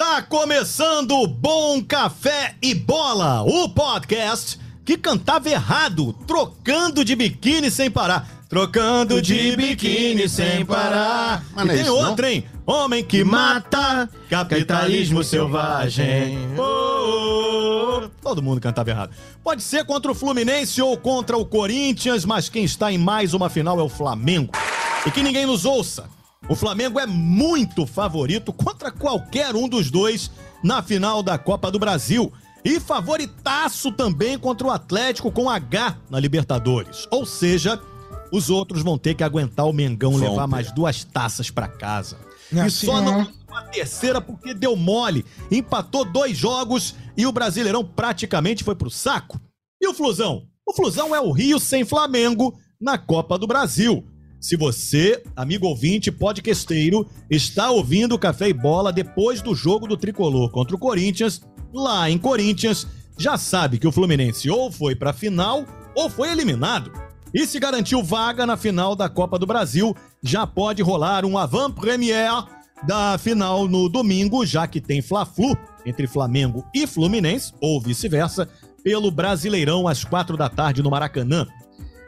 Está Tá começando Bom Café e Bola, o podcast que cantava errado, trocando de biquíni sem parar. Trocando de biquíni sem parar. Mas não e tem é isso, não? outra, hein? Homem que mata, capitalismo selvagem. Oh, oh, oh. Todo mundo cantava errado. Pode ser contra o Fluminense ou contra o Corinthians, mas quem está em mais uma final é o Flamengo. E que ninguém nos ouça. O Flamengo é muito favorito contra qualquer um dos dois na final da Copa do Brasil. E favoritaço também contra o Atlético com H na Libertadores. Ou seja, os outros vão ter que aguentar o Mengão Vão levar ter. mais duas taças pra casa. Não, e sim, só né? não levou a terceira porque deu mole, empatou dois jogos e o Brasileirão praticamente foi pro saco. E o Flusão? O Flusão é o Rio sem Flamengo na Copa do Brasil. Se você, amigo ouvinte, podcasteiro, está ouvindo o Café e Bola depois do jogo do Tricolor contra o Corinthians, lá em Corinthians, já sabe que o Fluminense ou foi pra final ou foi eliminado. E se garantiu vaga na final da Copa do Brasil, já pode rolar um avant-première da final no domingo, já que tem Fla-Flu entre Flamengo e Fluminense, ou vice-versa, pelo Brasileirão às quatro da tarde no Maracanã.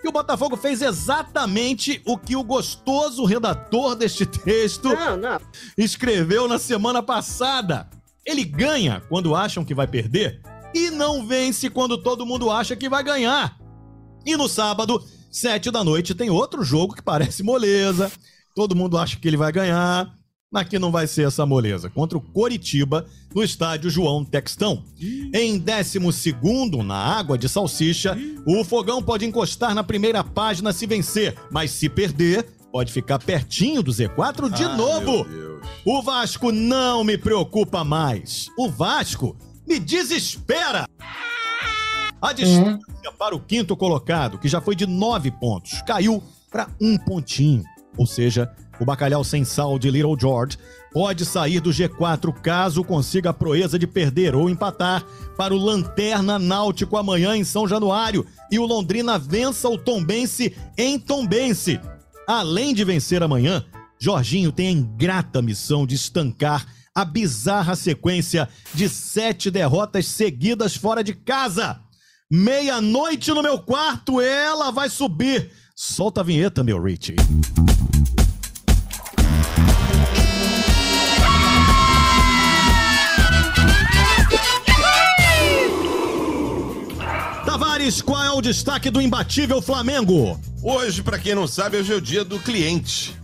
E o Botafogo fez exatamente o que o gostoso redator deste texto Não, não. escreveu na semana passada. Ele ganha quando acham que vai perder e não vence quando todo mundo acha que vai ganhar. E no sábado, sete da noite, tem outro jogo que parece moleza. Todo mundo acha que ele vai ganhar, mas que não vai ser essa moleza. Contra o Coritiba, no estádio João Textão. Em décimo segundo, na água de salsicha, o Fogão pode encostar na primeira página se vencer, mas se perder, pode ficar pertinho do Z4 de Ah, novo. meu Deus. O Vasco não me preocupa mais. O Vasco me desespera. A distância para o quinto colocado, que já foi de nove pontos, caiu para um pontinho. Ou seja, o bacalhau sem sal de Little George pode sair do G4 caso consiga a proeza de perder ou empatar para o Lanterna Náutico amanhã em São Januário e o Londrina vença o Tombense em Tombense. Além de vencer amanhã, Jorginho tem a ingrata missão de estancar a bizarra sequência de sete derrotas seguidas fora de casa. Meia-noite no meu quarto, ela vai subir. Solta a vinheta, meu Richie. Tavares, qual é o destaque do imbatível Flamengo? Hoje, pra quem não sabe, hoje é o dia do cliente.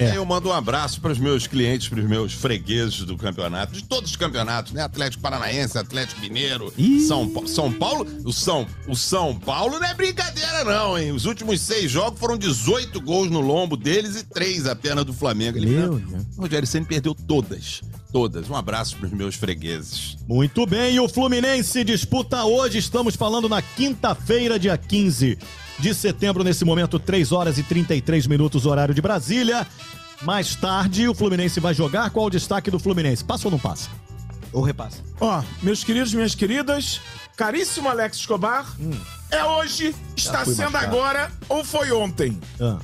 É. Eu mando um abraço pros meus clientes, pros meus fregueses do campeonato, de todos os campeonatos, né? Atlético Paranaense, Atlético Mineiro, São, Pa- São Paulo. O São, o São Paulo não é brincadeira, não, hein? Os últimos seis jogos foram 18 gols no lombo deles e três apenas do Flamengo. Ele- O Rogério Senna perdeu todas. Todas. Um abraço pros meus fregueses. Muito bem, e o Fluminense disputa hoje. Estamos falando na quinta-feira, dia 15 de setembro, nesse momento, 3 horas e 33 minutos, horário de Brasília. Mais tarde, o Fluminense vai jogar. Qual o destaque do Fluminense? Passa ou não passa? Ou repassa? Ó, meus queridos, minhas queridas, caríssimo Alex Escobar, é hoje, está Hum. fui sendo machucado. agora ou foi ontem. Ah.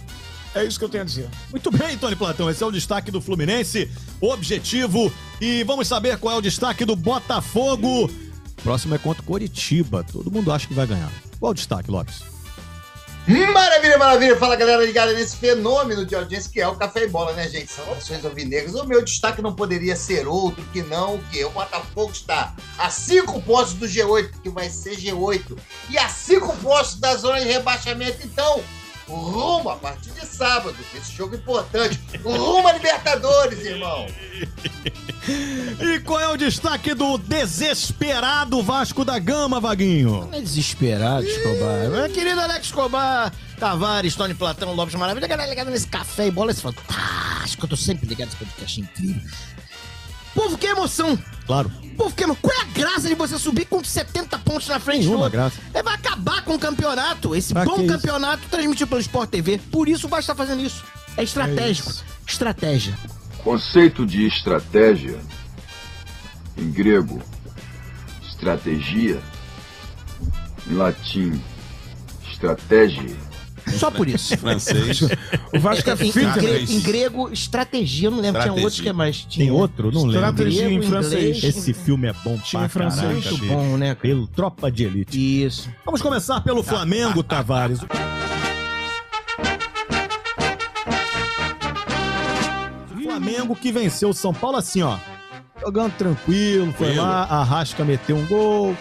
É isso que eu tenho a dizer. Muito bem, Tony Platão. Esse é o destaque do Fluminense, objetivo. E vamos saber qual é o destaque do Botafogo. Próximo é contra o Coritiba. Todo mundo acha que vai ganhar. Qual o destaque, Lopes? Maravilha, maravilha. Fala, galera ligada nesse fenômeno de audiência que é o Café e Bola, né, gente? São nações alvinegras. O meu destaque não poderia ser outro que não o quê? O Botafogo está a cinco pontos do G8, que vai ser G8, e a cinco pontos da zona de rebaixamento. Então, rumo a partir de sábado, esse jogo importante, rumo a Libertadores, irmão. E qual é o destaque do desesperado Vasco da Gama, Vaguinho? Não é desesperado, Escobar. Meu querido Alex Escobar, Tavares, Tony Platão, Lopes Maravilha, galera ligada nesse café e bola, esse fantástico. Eu tô sempre ligado nesse podcast incrível. Povo, que emoção! Claro, Povo, que emoção! Qual é a graça de você subir com 70 pontos na frente do nenhuma outro? graça. É, vai acabar com o campeonato. Esse Pra que bom isso? campeonato transmitido pelo Sport TV. Por isso vai estar fazendo isso. É estratégico. É isso. Estratégia. Conceito de estratégia, em grego, estratégia, em latim, estratégia, Só por isso. francês. O Vasco é Em, em filho gre- inglês. em grego, estratégia, eu não lembro, Estratégia. tinha outro que é mais. Tem Tinha outro? Não lembro. Estratégia em Grego, francês. inglês. Esse filme é bom pra Time francês. caraca, muito bicho. bom, né, cara? Pelo Tropa de Elite. Isso. Vamos começar pelo Flamengo, Tavares. O Flamengo que venceu o São Paulo assim, ó. Jogando tranquilo, foi Tranquilo. lá, Arrasca meteu um gol.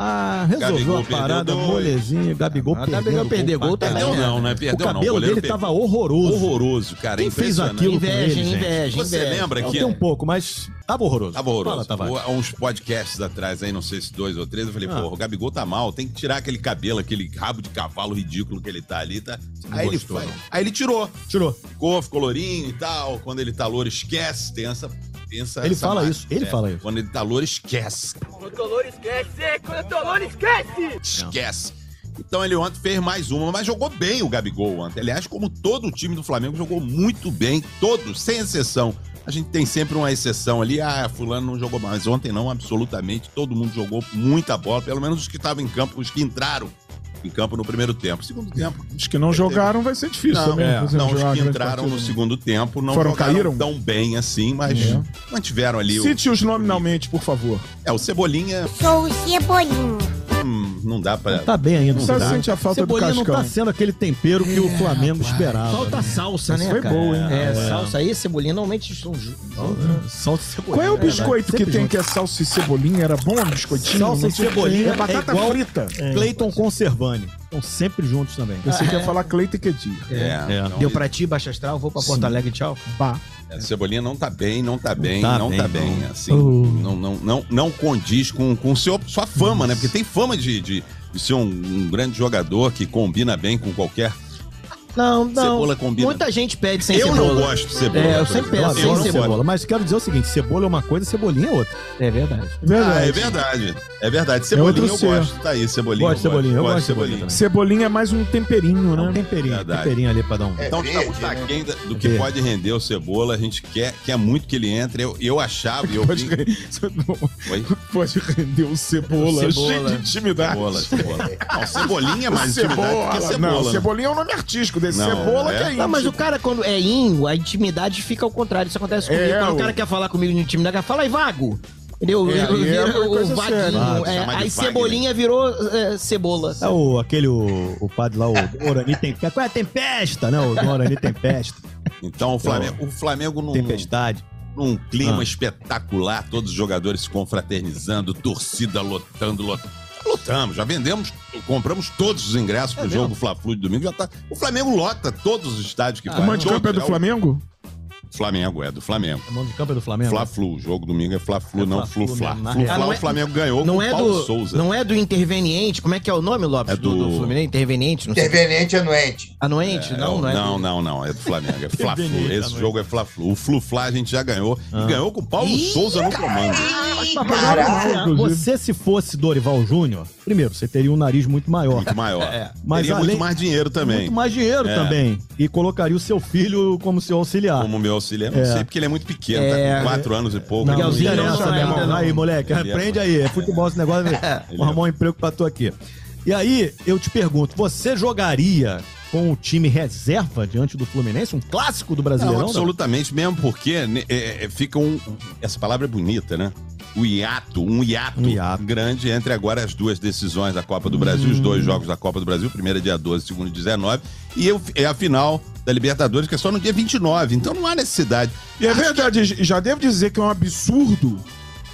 Ah, resolveu Gabigol a perdeu parada, dois. molezinha, Gabigol Ah, perdeu. Gabigol perdeu gol pra também, Perdeu caralho. né? não, né? O Perdeu não. O cabelo goleiro dele perdeu. tava horroroso. horroroso, cara. é Quem fez impressionante. aquilo? Inveja, ele, gente. inveja, Você inveja. lembra Eu que tenho um pouco, mas tava horroroso. é. Tava Fala, horroroso. Tavares. Há uns podcasts atrás aí, não sei se dois ou três, eu falei, Ah. porra, o Gabigol tá mal, tem que tirar aquele cabelo, aquele rabo de cavalo ridículo que ele tá ali, tá? Aí ele, gostou, foi- não. aí ele tirou. Tirou. Ficou, ficou lourinho e tal. Quando ele tá louro, esquece. Tem essa. Tem essa Ele essa fala marca, isso, ele né? fala isso. Quando ele tá louro, esquece. Esquece. Então ele ontem fez mais uma, mas jogou bem o Gabigol ontem. Aliás, como todo o time do Flamengo jogou muito bem, todos, sem exceção. A gente tem sempre uma exceção ali, ah, fulano não jogou mais. Ontem não, absolutamente, todo mundo jogou muita bola, pelo menos os que estavam em campo, os que entraram em campo no primeiro tempo. Segundo tempo, Os que não jogaram vai ser difícil não, também. é, fazer não, jogar os que grande entraram partida, no né? segundo tempo não Foram, jogaram caíram? tão bem assim, mas É. mantiveram ali o... Cite os nomes nominalmente, por favor. É, o Cebolinha, Sou o Cebolinha. hum, não dá pra... Tá bem ainda. Só tá? sente a falta do Cebolinha não Cascão. tá sendo aquele tempero que É, o Flamengo esperava. Falta salsa, né, foi cara? boa, hein? É, Uhum. É. salsa aí, cebolinha, normalmente são ju- Salsa e cebolinha. Qual é o biscoito que Sempre tem junto. que é salsa e cebolinha? Era bom um biscoitinho? Salsa Não e sei o que. cebolinha É batata é igual- frita. Cleiton Conservani. Estão sempre juntos também. Você quer falar Cleito e Kedir. É, É. então Deu pra ti, Baixa Astral, vou pra Porto Alegre, tchau. Bah. É, Cebolinha não tá bem, não tá bem, tá não bem, tá bem. não. Assim, não, não, não, não condiz com, com seu, sua fama, né? Porque tem fama de, de, de ser um, um grande jogador que combina bem com qualquer. Não, não. Cebola combina. Muita gente pede sem eu cebola. não gosto de cebola. É, eu por sempre exemplo. peço, Eu adoro não sem gosto. cebola, mas quero dizer o seguinte: cebola é uma coisa, cebolinha é outra. É verdade. Ah, é Verdade. verdade. É verdade. Cebolinha outro eu ser. gosto. Tá aí, cebolinha. Gosto de cebolinha, eu gosto de cebolinha também. Cebolinha é mais um temperinho, É um né? temperinho, Verdade. temperinho ali pra dar um. É. Então, tá, verde, tá né? aquém da- do que É. Verde. pode render o cebola. A gente quer, quer muito que ele entre. Eu, eu achava, e eu Pode, vi. Oi? pode render o cebola. Cebola. Cheio de intimidade. Cebola, cebola. Não, cebolinha é mais intimidade Cebola. que Não, cebola. né? cebolinha é o nome artístico desse. Não, cebola é. que é íntimo. Não, mas o cara, quando é índio, a intimidade fica ao contrário. Isso acontece comigo. É, quando o- o cara quer falar comigo de intimidade, ele fala, aí, vago. Entendeu? É, Eu- eu- aí é vira uma coisa o séria. vaguinho. Vago, chamar é, de aí Wagner. cebolinha virou é, cebola. É o, aquele, o, o padre lá, o Orani Tempesta. Qual é a tempesta? Não, o Orani Tempesta. Então, o Flamengo, o Flamengo não, Tempestade. num clima Ah. espetacular, todos os jogadores se confraternizando, torcida lotando, lotando. Lotamos, já vendemos, compramos todos os ingressos É pro jogo Fla-Flu de domingo. Já tá, o Flamengo lota todos os estádios que O vai. Mãe de Todos, Campo é do o Flamengo? Flamengo, é do Flamengo. O mando de campo é do Flamengo? Fla-Flu, o jogo domingo é Fla-Flu, É não Fla-Flu Flu-Fla. mesmo, na Flu-Fla real. o Flamengo ganhou né? É, Não com é, o Paulo do, Souza. não é do interveniente. Como é que é o nome, Lopes? É do... do- do Fluminense? Interveniente? Não sei. Interveniente anuente. Anuente? É, não, não é. do- tá não, não, não, é do Flamengo, é Fla-Flu. Benito, Esse não é? jogo é Fla-Flu. O Flu-Fla a gente já ganhou. E ganhou com o Paulo Ah. Ih, Souza no comando. Caraca. Você, se fosse Dorival Júnior, primeiro, você teria um nariz muito maior. Muito maior. É, Mas Teria além- muito mais dinheiro também. Muito mais dinheiro É. também. E colocaria o seu filho como seu auxiliar. Como meu auxiliar, não É. sei, porque ele é muito pequeno, tá É. com 4 anos e pouco. Não, né? ele não Miguelzinho né? ia- não, interessa, não, meu irmão. ainda não. Aí, moleque, Ele é aprende aí. É futebol esse negócio. Vou arrumar um emprego pra tu aqui. E aí, eu te pergunto, você jogaria com o time reserva diante do Fluminense? Um clássico do Não, Brasileirão? absolutamente, mesmo porque né, é, é, fica um. Essa palavra é bonita, né? O hiato, um hiato, Um hiato. grande entre agora as duas decisões da Copa do Brasil, os Hum. dois jogos da Copa do Brasil, primeiro é dia 12, segundo 19, e eu- é a final da Libertadores, que é só no dia 29, então não há necessidade. E é verdade, e já devo dizer que é um absurdo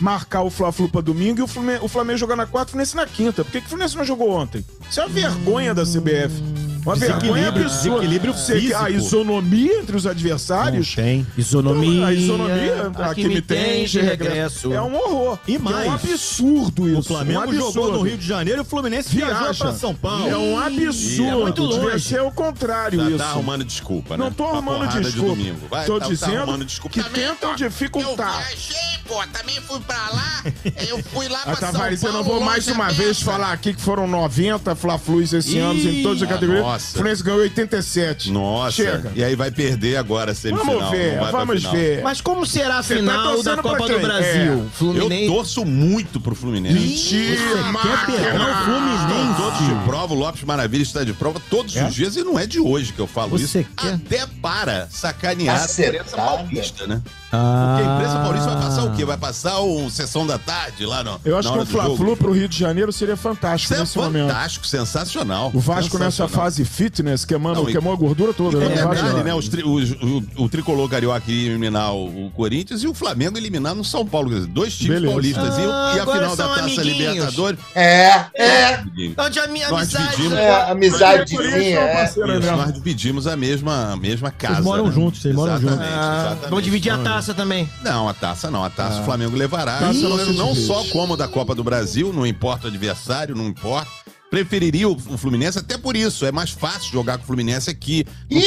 marcar o Fla-Flu pra domingo e o Flume- o Flamengo, jogar na quarta e o Fluminense na quinta. Por que, que o Fluminense não jogou ontem? Isso é uma vergonha da CBF. Uma vergonha Desequilíbrio, absurda. desequilíbrio Você- físico. A isonomia entre os Não adversários. tem. A isonomia, a que me tens de regresso. É um horror. E mais, É um absurdo isso. O Flamengo um absurdo. jogou no Rio de Janeiro e o Fluminense viajou Viaja. pra São Paulo. É um absurdo. É muito longe. Devia ser o contrário Tá, isso. tá arrumando desculpa, né? Não tô Pra arrumando porrada desculpa. De domingo. Vai, Tô tá- tá dizendo arrumando desculpa. que Também, tentam ó, dificultar. Eu viajei pô, também fui pra lá, eu fui lá pra Ah, São Tavares, eu Paulo. não vou mais longe uma a vez beça. falar aqui que foram 90 Fla-Flus esse Ih, ano em todas as categorias. nossa. O Fluminense ganhou 87. Nossa, Chega. e aí vai perder agora a semifinal. Vamos ver, não vai pra vamos final. ver. Mas como será a Você tá final da torcendo pra Copa do quem? Brasil? É. Eu torço muito pro Fluminense. Você quer pegar o Estão todos de Fluminense? prova, o Lopes Maravilha está de prova todos os dias e não é de hoje que eu falo Você isso. quer? Até para sacanear a imprensa Cacetada. paulista, né? Ah. Porque a imprensa paulista vai passar o quê? Vai passar o Sessão da Tarde lá no. Eu acho na que hora o do jogo? Fla-Flu pro Rio de Janeiro seria fantástico Isso é nesse momento. fantástico, sensacional. O Vasco nessa Sensacional. fase fitness queimando, Não, e- queimou a gordura toda. É né? O Vasco- verdade, né? Os tri- os- o, o tricolor carioca ia eliminar o, o Corinthians e o Flamengo eliminar no São Paulo. Quer dizer, dois times Beleza. paulistas. e- Ah, e a agora final da são Taça amiguinhos. Libertadores. É, é, Onde a minha Nós amizade. dividimos. é, Corinthians amizadezinha. é um É. parceiro, Isso, né? nós dividimos a mesma, a mesma casa. moram né? juntos, vocês moram juntos. Exatamente, Ah, exatamente. Vão dividir a taça também. Não, a taça não. A taça o Flamengo levará. Ah. Taça Isso não se não divide. só como da Copa do Brasil, não importa o adversário, não importa. Preferiria o o Fluminense até por isso. É mais fácil jogar com o Fluminense aqui. No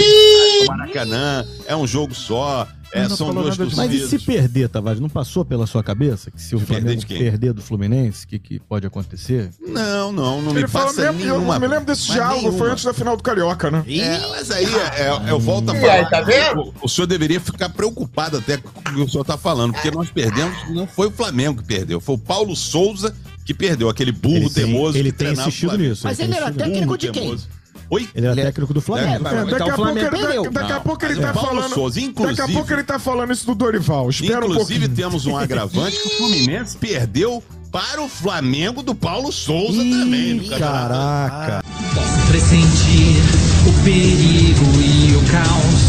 Maracanã, é um jogo só, é, Não são falou duas nada disso. Mas e torcidas. se perder, Tavares? Não passou pela sua cabeça que se o Perder Flamengo de quem? perder do Fluminense, o que, que pode acontecer? Não, não, não me Ele fala, passa mesmo, eu nenhuma. eu me lembro desse mas diálogo, foi um nenhuma. antes da final do Carioca, né? É, mas aí é, é- eu volto a E falar. aí, tá vendo? O, o senhor deveria ficar preocupado até com o que o senhor está falando, porque nós perdemos, não foi o Flamengo que perdeu, foi o Paulo Souza que perdeu, aquele burro ele tem- teimoso. ele que tem treinava o insistido Flamengo. nisso. Mas ele tem era insistido técnico Burro de quem? teimoso. Oi? Ele era Ele- técnico do É, Flamengo. vai- É, Então o daqui, a pouco, Flamengo ele, perdeu. daqui- daqui a Não, pouco ele mas o tá Paulo falando. Souza, Daqui a inclusive- pouco ele tá falando isso do Dorival. Espera um pouquinho. Inclusive, temos um agravante que o Fluminense perdeu para o Flamengo do Paulo Souza também. no né? Ih, campeonato. Caraca. Posso pressentir o perigo e o caos.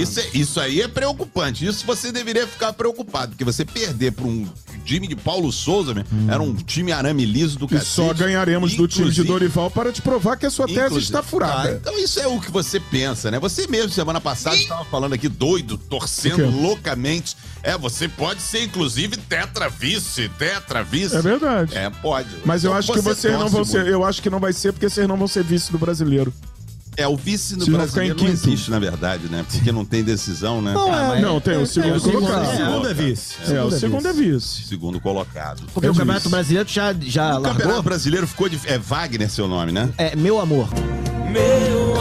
Isso, é- isso aí é preocupante. Isso você deveria ficar preocupado, porque você perder para um time de Paulo Souza, meu, Hum. era um time arame liso do E cacete. só ganharemos do time de Inclusive- Dorival para te provar que a sua tese inclusive- está Ah, furada. então isso é o que você pensa, né? Você mesmo, semana passada, estava falando aqui doido, torcendo O quê? loucamente. É, você pode ser, inclusive, tetravice, tetravice. É verdade. É, pode. Mas eu Então acho que vocês não torce vão ser. muito. Eu acho que não vai ser porque vocês não vão ser vice do brasileiro. É, o vice no Se não brasileiro ficar não em quinto. existe, na verdade, né? Porque não tem decisão, né? Ah, Não, é, Não, tem o é, segundo o segundo, colocado. é, segundo é vice. É, o Segundo segundo é vice. Segundo colocado. Porque Eu o Campeonato disse. Brasileiro já, já O Campeonato largou. Brasileiro ficou de. É Wagner seu nome, né? É, meu amor. Meu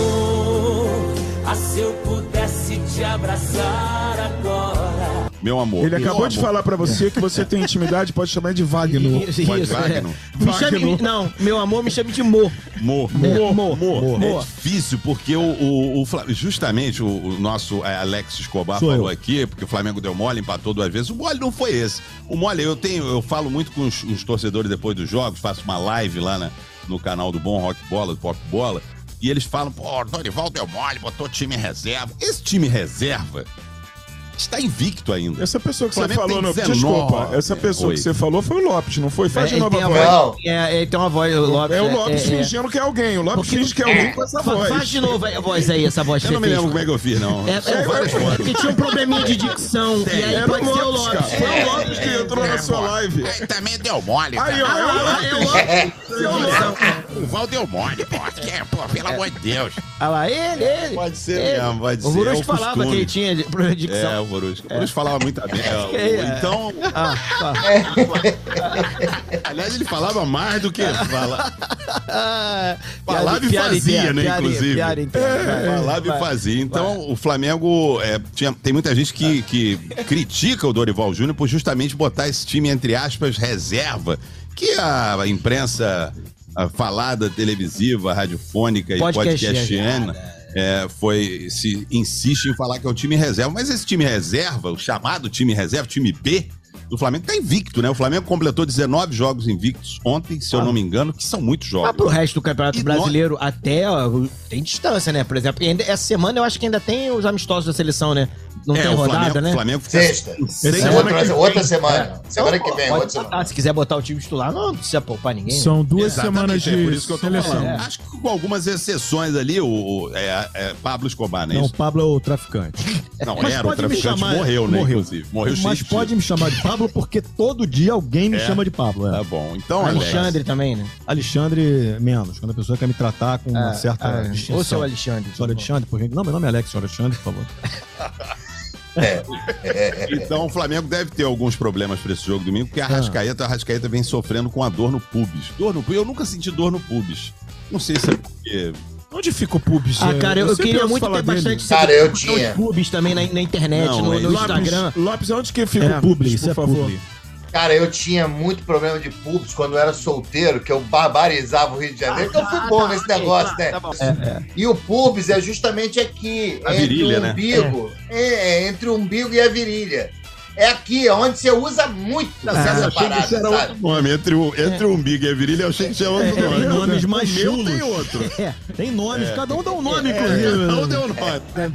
amor, ah, se eu pudesse te abraçar agora. Meu amor. Ele Meu acabou de amor. falar pra você que você tem intimidade, pode chamar de Wagner. Isso, Pode isso, é. Wagner. Me chame, Wagner. não, meu amor, me chame de Mo. Mo, É, mo, mo, mo. É mo. difícil, porque o, o, o Fla- justamente o, o nosso é, Alex Escobar Sou falou eu. aqui, porque o Flamengo deu mole, empatou duas vezes. O mole não foi esse. O mole, eu tenho, eu falo muito com os, os torcedores depois dos jogos, faço uma live lá na- no canal do Bom Rock Bola, do Pop Bola, e eles falam, pô, Dorival deu mole, botou time reserva. Esse time reserva está invicto ainda. Essa pessoa que Flamengo você falou, tem no... 19. desculpa, essa pessoa Oi. que você falou foi o Lopes, não foi? Faz É, de ele novo tem a a voz. Não. É, ele tem uma voz, o Lopes. É o Lopes é, é. fingindo que é alguém. O Lopes Porque- finge que é alguém com essa Fa- voz. Faz de novo a voz aí, essa voz que Eu não você me fez. lembro como é que eu fiz, não. É, São várias é, é, fotos. porque tinha um probleminha de dicção. E aí Era pode o ser o Lopes, Lopes. É, cara. Foi o Lopes que entrou na sua live. Aí também deu mole, Aí, ó, cara. aí, ó. É o Lopes. Seu O Val deu mole, pô. Que- pô, pelo amor de Deus. Olha lá, ele, ele. Pode ser ele. mesmo, pode O ser, é Rurush o falava costume. que ele tinha de- problema de É, dicção. o Borussia. O Borussia falava muito bem. É. Então, Ah, tá. aliás, ele falava mais do que fala. Ah, Falava e piada fazia, interna, né, piada- inclusive. É, piada interna, vai, Falava e vai. É. fazia. Então, o Flamengo. é, tinha- tem muita gente que, que critica o Dorival Júnior por justamente botar esse time, entre aspas, reserva. Que a imprensa a falada televisiva, radiofônica e Podcast- podcastiana. é, foi se insiste em falar que é o time reserva, mas esse time reserva, o chamado time reserva, time B do Flamengo tá invicto, né? O Flamengo completou 19 jogos invictos ontem, se eu não me engano, que são muitos jogos. Mas Ah. pro resto do Campeonato E Brasileiro, até ó, tem distância, né? Por exemplo, e ainda, essa semana eu acho que ainda tem os amistosos da seleção, né? Não tem É, o rodada, Flamengo, né? O Flamengo um fica Sexta. em seis É semanas. outra, outra semana. Então, Semana que pô, vem, pode outra semana. botar. Se quiser botar o time titular, não precisa poupar ninguém. né? São duas Exatamente, semanas de é por isso que eu tô seleção. falando. Acho que com algumas exceções ali, o, o- é, é Pablo Escobar, né? Não, o Isso? Pablo é o traficante. Não, Mas era o pode me traficante, chamar- morreu, né? morreu. Inclusive. Morreu Mas cheio de pode tiro. me chamar de Pablo porque todo dia alguém me É. chama de Pablo. é. Tá bom. Então, Alex, Alexandre também, né? Alexandre, menos. Quando a pessoa quer me tratar com uma Ah, certa ah, distinção. ou seu Alexandre. Senhor Alexandre, por favor. Não, meu nome é Alex, senhor Alexandre, por favor. Então o Flamengo deve ter alguns problemas pra esse jogo domingo, Ah. porque a Rascaeta, a Rascaeta vem sofrendo com a dor no pubis. Dor no pubis? Eu nunca senti dor no pubis. Não sei se é porque. Onde fica o pubis? Ah, É, cara, eu, eu sempre queria ouço muito falar ter dele. bastante Cara, é. eu seguidores nos tinha. clubes também na, na internet, Não, no, é no isso. Instagram. Lopes, onde que fica É, o pubis, isso é por favor? publi. Cara, eu tinha muito problema de públicos quando eu era solteiro, que eu barbarizava o Rio de Janeiro. Então eu fui bom nesse negócio, né? E o pubis é justamente aqui. É, A entre virilha, o né? umbigo. É. é, entre o umbigo e a virilha. É aqui, é onde você usa muito essa parada, sabe? Nome, entre o, entre o umbigo e a virilha, eu achei que tinha outro nome. Tem É. nomes mais O meu chulos. tem outro. Tem nomes, cada um dá um nome, Não inclusive. deu nome.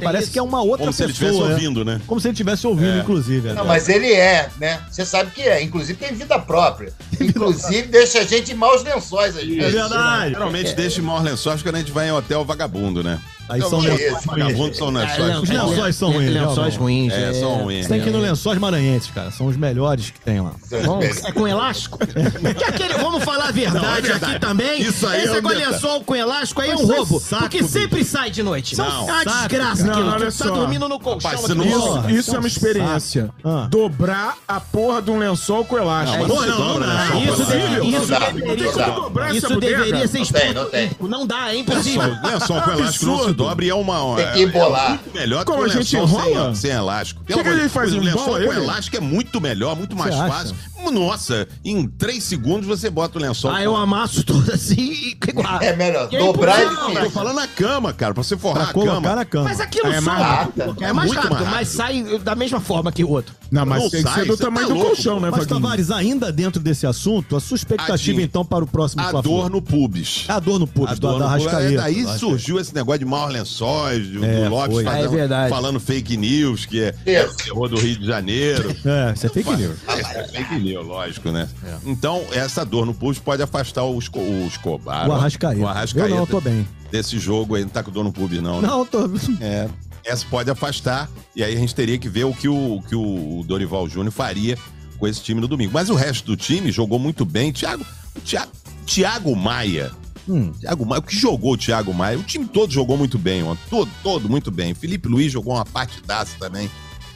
Parece que é uma outra Como se ele estivesse pessoa. né? ouvindo, né? Como se ele estivesse ouvindo, inclusive. Não, mas ele é, né? Você sabe que é. Inclusive tem vida própria. Inclusive deixa a gente em maus lençóis às É vezes. verdade. Geralmente deixa em maior lençóis quando a gente vai em hotel vagabundo, né? Aí são Não, lençóis. esse, Vagabundos são é, Ah, lençóis. Os lençóis são ruins, Lençóis né, ruins. É, são ruins. Você tem que ir no lençóis maranhenses, cara. São os melhores que tem lá. Bom, é com elástico? É Que aquele- vamos falar a verdade, aqui também. Isso aí é Esse um com detalhe. lençol com elástico aí é um Isso é roubo. saco, porque bicho. sempre sai de noite. Não, é uma saco, desgraça cara. aquilo. Não, olha Tu tá só. dormindo no colchão. Rapaz, você aqui. não- Isso, Porra, isso é um uma experiência. saco. Ah. Dobrar a porra de um lençol com elástico. Não, Pô, mas não, você dobra, né? Só não, Ah, Isso, pra- possível. de- isso Não dá, deveria, não dá. dobrar essa isso bodega. deveria ser Não tem, exposto. não tem. Não dá, é Só, impossível. né, só com elástico não se Absurdo. dobra e é uma. Tem que embolar. É muito melhor do Como que a um gente lençol sem- enrola? Sem, elástico. Pelo que que amor de ele faz? Deus, um Embola lençol com ele? elástico é muito melhor, muito mais acha? fácil. Nossa, em três segundos você bota o lençol. Ah, eu amasso tudo assim e guardo. É melhor. Que é Dobrar é impossível, Tô difícil. falando na cama, cara, pra você forrar Pra a colocar cama. na cama. Mas aquilo É sai. mais rápido. É mais Muito rápido, mais mas sai da mesma forma que o outro. Não, mas Não tem que sai, ser do você tá tamanho do louco, colchão, né, Mas, Faguinho? Tavares, ainda dentro desse assunto, a sua expectativa, Adinho. então, para o próximo A Fla-Flu? dor no pubis. A dor no pulso, A da, dor da no pubis. É Arrascaeta. Daí Eu acho. surgiu esse negócio de maus lençóis, do, É, do Lopes foi. fazendo- É verdade. falando fake news, que é, é o terror do Rio de Janeiro. É, você tem que ler. É fake news, lógico, né? É. Então, essa dor no pulso pode afastar o, Esco, o Escobar. O Arrascaeta. O Arrascaeta. Eu não, eu tô bem. Desse jogo aí, não tá com dor no pulso, não. né? Não, eu tô... É. Essa pode afastar. E aí a gente teria que ver o que o, o que o Dorival Júnior faria com esse time no domingo. Mas o resto do time jogou muito bem. Thiago, o Thiago, Thiago Maia. Hum. Thiago Maia, o que jogou o Thiago Maia? O time todo jogou muito bem, ó. Todo, todo muito bem. Felipe Luiz jogou uma partidaça também.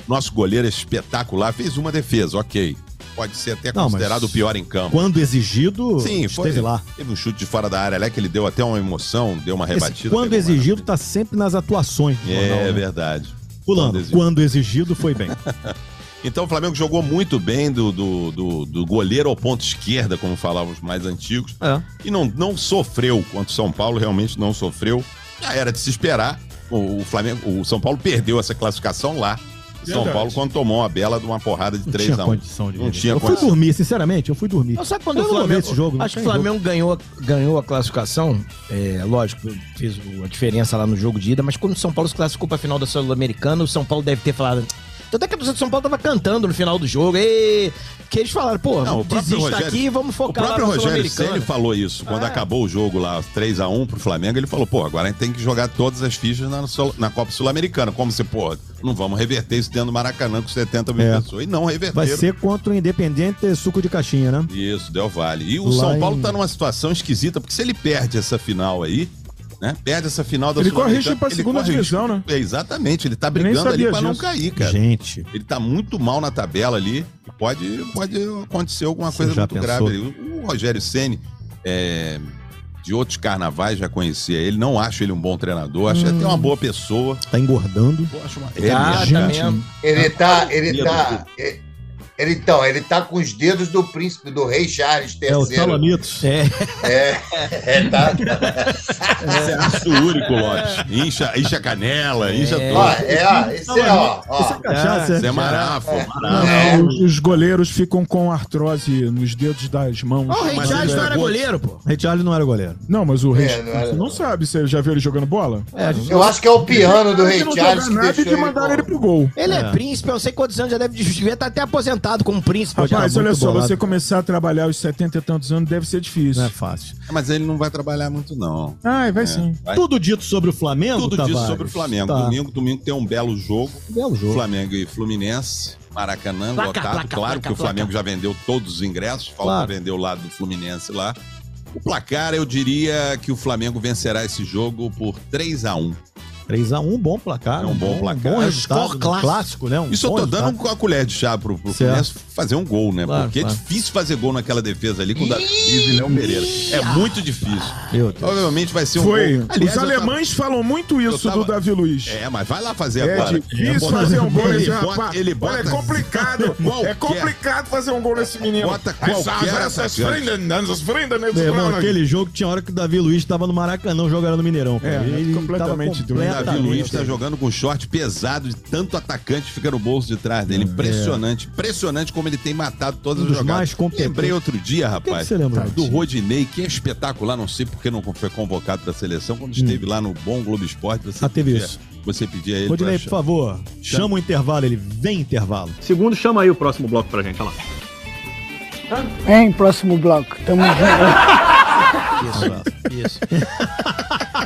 Nosso goleiro é espetacular. Fez uma defesa, ok. Pode ser até Não, mas- considerado o pior em campo. Quando exigido, Sim, foi. esteve lá. Teve um chute de fora da área lá que ele deu até uma emoção, deu uma Esse rebatida. quando pegou uma- exigido, tá sempre nas atuações. do Ronaldo, É né? verdade. Fulano, Quando quando exigido. exigido. foi bem. Então o Flamengo jogou muito bem do, do, do- do goleiro ao ponto esquerda, como falavam os mais antigos. É. E não, não sofreu contra o São Paulo, realmente não sofreu. Já era de se esperar. O, o Flamengo, o São Paulo perdeu essa classificação lá. São Verdade. Paulo quando tomou uma bela de uma porrada de Não tinha 3 a 1. condição de Não rever. tinha Eu fui condição. dormir, sinceramente, eu fui dormir. Mas sabe quando Eu o não vou Flamengo. ver esse jogo, não acho que tem o Flamengo ganhou, ganhou a classificação. É, lógico, fez o- a diferença lá no jogo de ida, mas quando o São Paulo se classificou pra final da Sul-Americana, o São Paulo deve ter falado. Tanto é que a torcida do São Paulo tava cantando no final do jogo. E que eles falaram, pô, Não, o próprio desista Rogério- aqui, vamos O focar lá próprio na Rogério Ceni Sul-Americana. falou isso. Quando É. acabou o jogo lá, 3 a 1 pro Flamengo, ele falou, pô, agora a gente tem que jogar todas as fichas na, Sul- na Copa Sul-Americana. Como se, pô, não vamos reverter isso dentro do Maracanã com 70 mil É. pessoas. E não reverteram. Vai ser contra o Independente Suco de Caixinha, né? Isso, Del Vale. E o Lá São Paulo em- tá numa situação esquisita, porque se ele perde essa final aí, né? Perde essa final da Ele corre risco Sul-Americana, de ir pra ele segunda corre risco. divisão, né? É, exatamente, ele tá nem brigando ali sabia pra não disso. cair, cara. Gente, Ele tá muito mal na tabela ali. e Pode, pode acontecer alguma coisa já muito pensou? grave ali. O, o Rogério Ceni é, de outros carnavais já conhecia ele. Não acho ele um bom treinador. Acho até uma boa pessoa. é tá engordando. Pô, acho uma... Tá, mesmo, tá cara. mesmo. Ele tá, ele dedo tá. Ele, ele- então, ele tá com os dedos do príncipe, do rei Charles III. É o Salamitos. É, É, tá. Você é açúrico, Lopes. Incha, incha a canela, incha É. Ó, tudo. é, ó, esse é, ó, Isso ó. é cachaça. Você é marafo, marafo. É. Os- Os goleiros ficam com artrose nos dedos das mãos. Ó, o Rei Mas Charles ele não era jogou- é goleiro, pô. Richarlison não era goleiro. Não, mas o rei. É, não era- você não sabe, você já viu ele jogando bola? Eu acho que é o piano do rei Ele não Charles joga que nada e deixou que ele. mandaram ele com- pro gol. Ele é, príncipe, eu não sei quantos anos já deve devia estar até aposentado como príncipe. já. Rapaz, tá olha muito só, bolado. você começar a trabalhar aos 70 e tantos anos deve ser difícil. Não é fácil. Mas ele não vai trabalhar muito, não. Ai, vai É, sim. vai. Tudo dito sobre o Flamengo, Tudo Tavares. disso sobre o Flamengo. Tá. Domingo, domingo tem um belo jogo. Belo jogo. Flamengo e Fluminense, Maracanã, Placa, lotado. placa, claro placa, que o Flamengo já vendeu todos os ingressos, falta Claro. vender o lado do Fluminense lá. O placar, eu diria que o Flamengo vencerá esse jogo por 3 a 1 3x1, bom placar. né? É um bom placar. Bom É um resultado, score um clássico. clássico, né? Um Isso eu bom tô dando resultado. com a colher de chá pro, pro Certo. Fluminense fazer um gol, né? tá. Claro, Porque claro. é difícil fazer gol naquela defesa ali com o Davi e Léo Pereira. É muito difícil. Meu Deus. Provavelmente vai ser um Foi. gol. Aliás, eu Os tava- alemães falam muito isso eu tava- do Davi Luiz. É, mas vai lá fazer É agora. difícil É, fazer um gol ele nesse bota- rapaz. ele bota- Olha, é complicado. Qualquer- é complicado fazer um gol nesse menino. Bota As- as- qualquer Essas atacante. frendas, essas frendas, né? um Meu irmão, aquele jogo tinha hora que o Davi Luiz tava no Maracanã jogando no Mineirão. cara. É, ele completamente tava doido. Davi completamente Luiz tá jogando com short pesado de tanto atacante fica no bolso de trás dele. Impressionante, impressionante como ele tem matado todas É. Um as dos jogadas. mais competentes. Lembrei outro dia, O que, que rapaz, você lembra? do Rodinei, que é espetacular, não sei porque não foi convocado pra seleção, quando esteve lá no Bom Globo Esporte, você Hum. Ah, teve pedia, isso. você pedia ele Rodinei, pra por favor, chama o intervalo, ele vem intervalo. Segundo, chama aí o próximo bloco pra gente, olha lá. Hein, próximo bloco. Tamo junto. Isso, isso.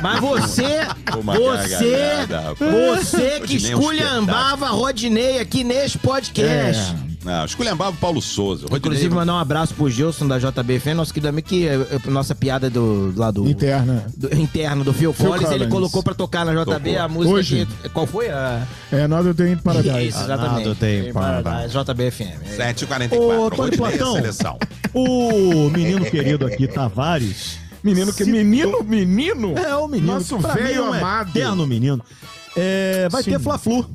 Mas você, Foi uma você, gargalhada, rapaz. você que Rodinei é um esculhambava Rodinei aqui neste podcast. Ah, esculhambava o Paulo Souza. Rodinei- Inclusive, mandar um abraço pro Gilson da JBFN, nosso querido amigo, que é, é, nossa piada do, lá do, Interna. do- interno do Phil, Phil Collins, ele Collins. colocou pra tocar na JB a música Hoje. que- Qual foi? A... É, nós eu tenho indo para dar Isso, isso. exatamente. nada tem para Da JBFN. 7h44, Ô, Tony Rodinei é Platão. seleção. O menino querido aqui, Tavares. Menino que. Menino, menino? É o menino. Nosso pra mim, velho é um amado. Eterno menino. É, vai Sim. ter Fla-Flu.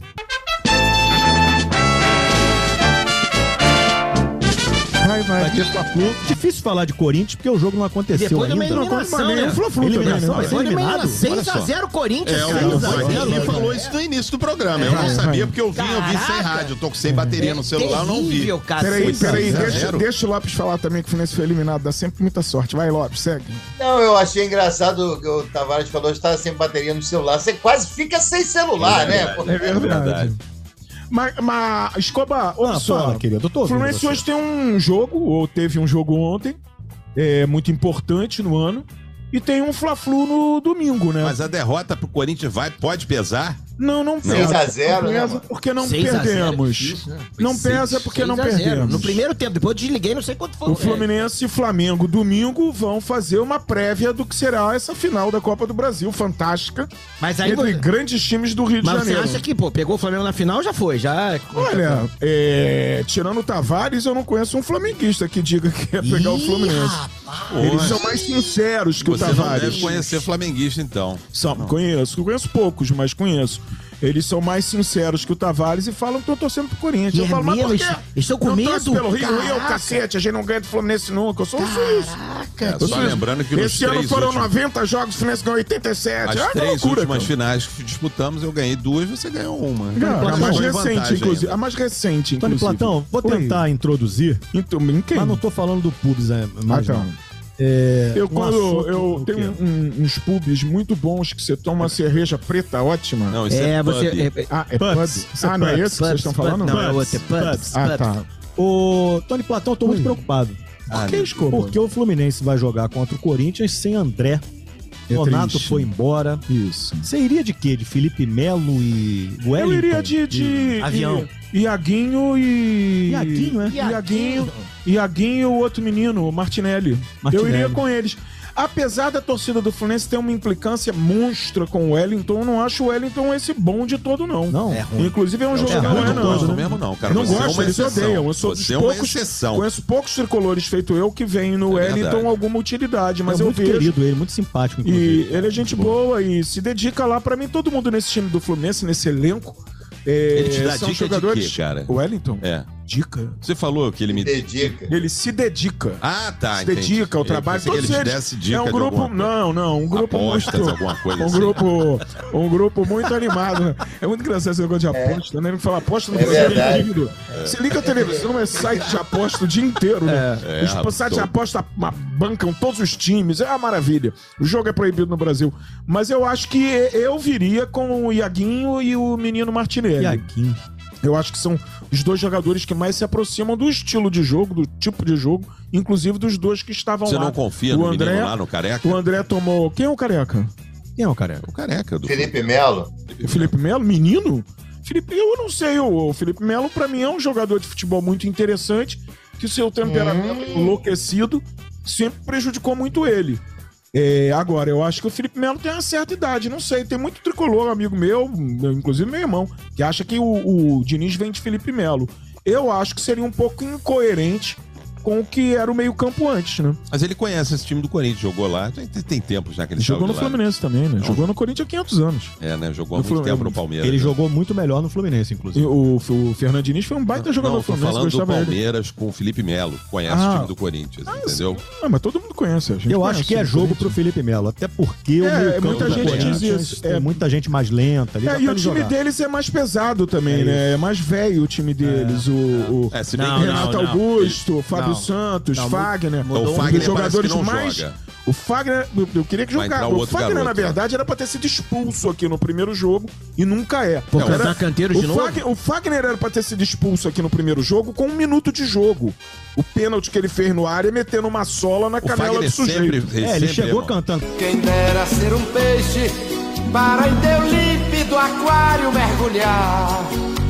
Vai, Vai vai. ter Fla-Flu. Difícil falar de Corinthians porque o jogo não aconteceu Depois de uma ainda. eliminação, Não, né? o Fla-Flu também, eliminação né? vai ser eliminado. 6x0 Corinthians, É, cara. o Vanderlei vai. falou isso no início do programa. Eu não É, sabia porque eu vim, eu vi sem Caraca. rádio. Eu tô sem bateria no celular, eu não vi. Terrível, cara. Peraí, Seis a peraí, zero. deixa, zero. deixa o Lopes falar também que o Fluminense foi eliminado. Dá sempre muita sorte. Vai, Lopes, segue. Não, eu achei engraçado o que o Tavares falou, estava sem bateria no celular. Você quase fica sem celular, né? é Pô, verdade. Mas, mas Escoba, olha Ah, só. fala, querido. Eu tô O ouvindo Fluminense você. hoje tem um jogo, ou teve um jogo ontem, é muito importante no ano, e tem um Fla-Flu no domingo, né? Mas a derrota pro Corinthians vai, pode pesar? não, não pesa. 6 a 0, não né, pesa mano? porque não 6 a 0 é perdemos. difícil, né? Não Foi pesa seis- porque não 6 a 0. perdemos. No primeiro é. tempo, depois eu desliguei, não sei quanto foi. O Fluminense e Flamengo, domingo, vão fazer uma prévia do que será essa final da Copa do Brasil, fantástica, é. Mas Tá aí entre você- grandes times do Rio de Mas você Janeiro. acha que, pô, pegou o Flamengo na final, já foi, já... Tá. Olha, é, tirando o Tavares, eu não conheço um flamenguista que diga que ia pegar o Ih, Fluminense. Eles Pô, são mais sinceros que o Você não Tavares. deve conhecer flamenguista, então. São, conheço, conheço poucos, mas conheço. Eles são mais sinceros que o Tavares e falam que eu tô torcendo pro Corinthians. é eu falo, mas por Vermelhos, quê? estou com Não medo. torce pelo Rio, Rio é o Caraca. cacete, a gente não ganha do Fluminense nunca. Eu sou um suíço. É, Eu só sou- lembrando que nos Esse ano três foram últimos, 90 jogos, o Fluminense ganhou 87. as Ah, que três loucura, últimas cara. É, finais que disputamos, eu ganhei duas, você ganhou uma. Cara, a Platão, mais Foi recente, vantagem inclusive. ainda. A mais recente, Tony inclusive. Platão, vou tentar introduzir, Então, em quem? mas não tô falando do Pubs é, mais Ah, tá. não. É, Eu, um quando assunto- eu o quê? tenho um- uns pubs muito bons que você toma uma cerveja preta ótima. Não, isso é, É, você, você... é, é, Ah, é pub? Pubs. Ah, não é Pubs, esse que vocês estão falando? Não, é Pubs, outro, é Pubs, Pubs. Ah, Pubs. tá. Ô, Tony Platão, eu tô muito Oi. Ah, preocupado. Por que escoba? Porque o Fluminense vai jogar contra o Corinthians sem André. É Donato triste. foi embora. Isso. Você iria de quê? De Felipe Melo e Wellington? Eu iria de. de Avião. I- Iaguinho e. Iaguinho, é? Iaguinho. Iaguinho e o outro menino, o Martinelli. Martinelli. Eu iria com eles. Apesar da torcida do Fluminense ter uma implicância monstra com o Wellington, eu não acho o Wellington esse bom de todo, não. Não. É ruim. Inclusive é um jogo Não, que eu não é, não gosto não. mesmo, não, cara. não Você é gosto, uma eles exceção. odeiam. Eu sou Você dos é uma poucos. exceção. Conheço poucos tricolores feito eu que vem no É Wellington verdade. alguma utilidade, mas é eu muito vejo. querido ele, muito simpático, E inclusive. ele é gente boa e se dedica lá. Pra mim, todo mundo nesse time do Fluminense, nesse elenco. é, Ele te dá dica são de jogadores. quê, cara? O Wellington? É. Dica. Você falou que ele me Dedica. Ele se dedica. Ah, tá. se entendi. dedica ao Eu trabalho. pensei que Todos eles eles. dessem dica é um de grupo. alguma coisa. Não, não. Um grupo Apostas, muito. alguma coisa Um assim. grupo, um grupo muito animado. né? É muito engraçado esse negócio de aposta, né? Ele fala aposta no É Brasil é verdade. dívida. Você liga a televisão, é site de aposta o dia inteiro, né? É. Os É, sites de tô- aposta ma- bancam todos os times, é uma maravilha. O jogo é proibido no Brasil. Mas eu acho que eu viria com o Iaguinho e o menino Martinelli. Iaguinho. Eu acho que são os dois jogadores que mais se aproximam do estilo de jogo, do tipo de jogo, inclusive dos dois que estavam Você lá. não confia no o André, menino lá, no careca? O André tomou. Quem é o careca? Quem é o careca? O careca do Felipe Melo. O Felipe Melo? Menino? Felipe, eu não sei. O o Felipe Melo, pra mim, é um jogador de futebol muito Hum. interessante, que o seu temperamento enlouquecido sempre prejudicou muito ele. É, agora, eu acho que o Felipe Melo tem uma certa idade, não sei. Tem muito tricolor, um amigo meu, inclusive meu irmão, que acha que o, o Diniz vem de Felipe Melo. Eu acho que seria um pouco incoerente com o que era o meio-campo antes, né? Mas ele conhece esse time do Corinthians, jogou lá. Tem, tem tempos já que ele Jogou saiu no de lá. Fluminense também, né? Jogou no Corinthians há 500 anos. É, né? Jogou há No muito Fluminense. tempo no Palmeiras. Ele né? Jogou muito melhor no Fluminense, inclusive. E o, o Fernandinho foi um baita jogador Não, do tô Fluminense, falando do gostava dele. Palmeiras com o Felipe Melo. Conhece o Ah. time do Corinthians, entendeu? Ah, mas todo mundo conhece. A gente Eu conhece, acho que é né? jogo pro Felipe Melo, até porque É, o meio-campo muita do gente diz Corinthians isso, tem é. muita gente mais lenta ali. dá É, pra e o ele time jogar. deles é mais pesado também, né? É mais velho o time deles. o, o É, se bem que- Renato Não, não. Augusto, Fábio Não. Santos, Não, mu- Fagner. mudou um o Fagner dos parece que jogadores não mais. joga. O Fagner, eu, eu queria que Vai jogasse. entrar o O outro Fagner, na garoto, né? verdade, era pra ter sido expulso aqui no primeiro jogo e nunca é. Por causa da Canteiros o de novo? Fagner- o Fagner era pra ter sido expulso aqui no primeiro jogo com um minuto de jogo. O pênalti que ele fez no área metendo uma sola na canela Fagner do é sujeito. sempre- ele É, ele sempre chegou é bom. cantando. Quem dera ser um peixe para em teu límpido aquário mergulhar,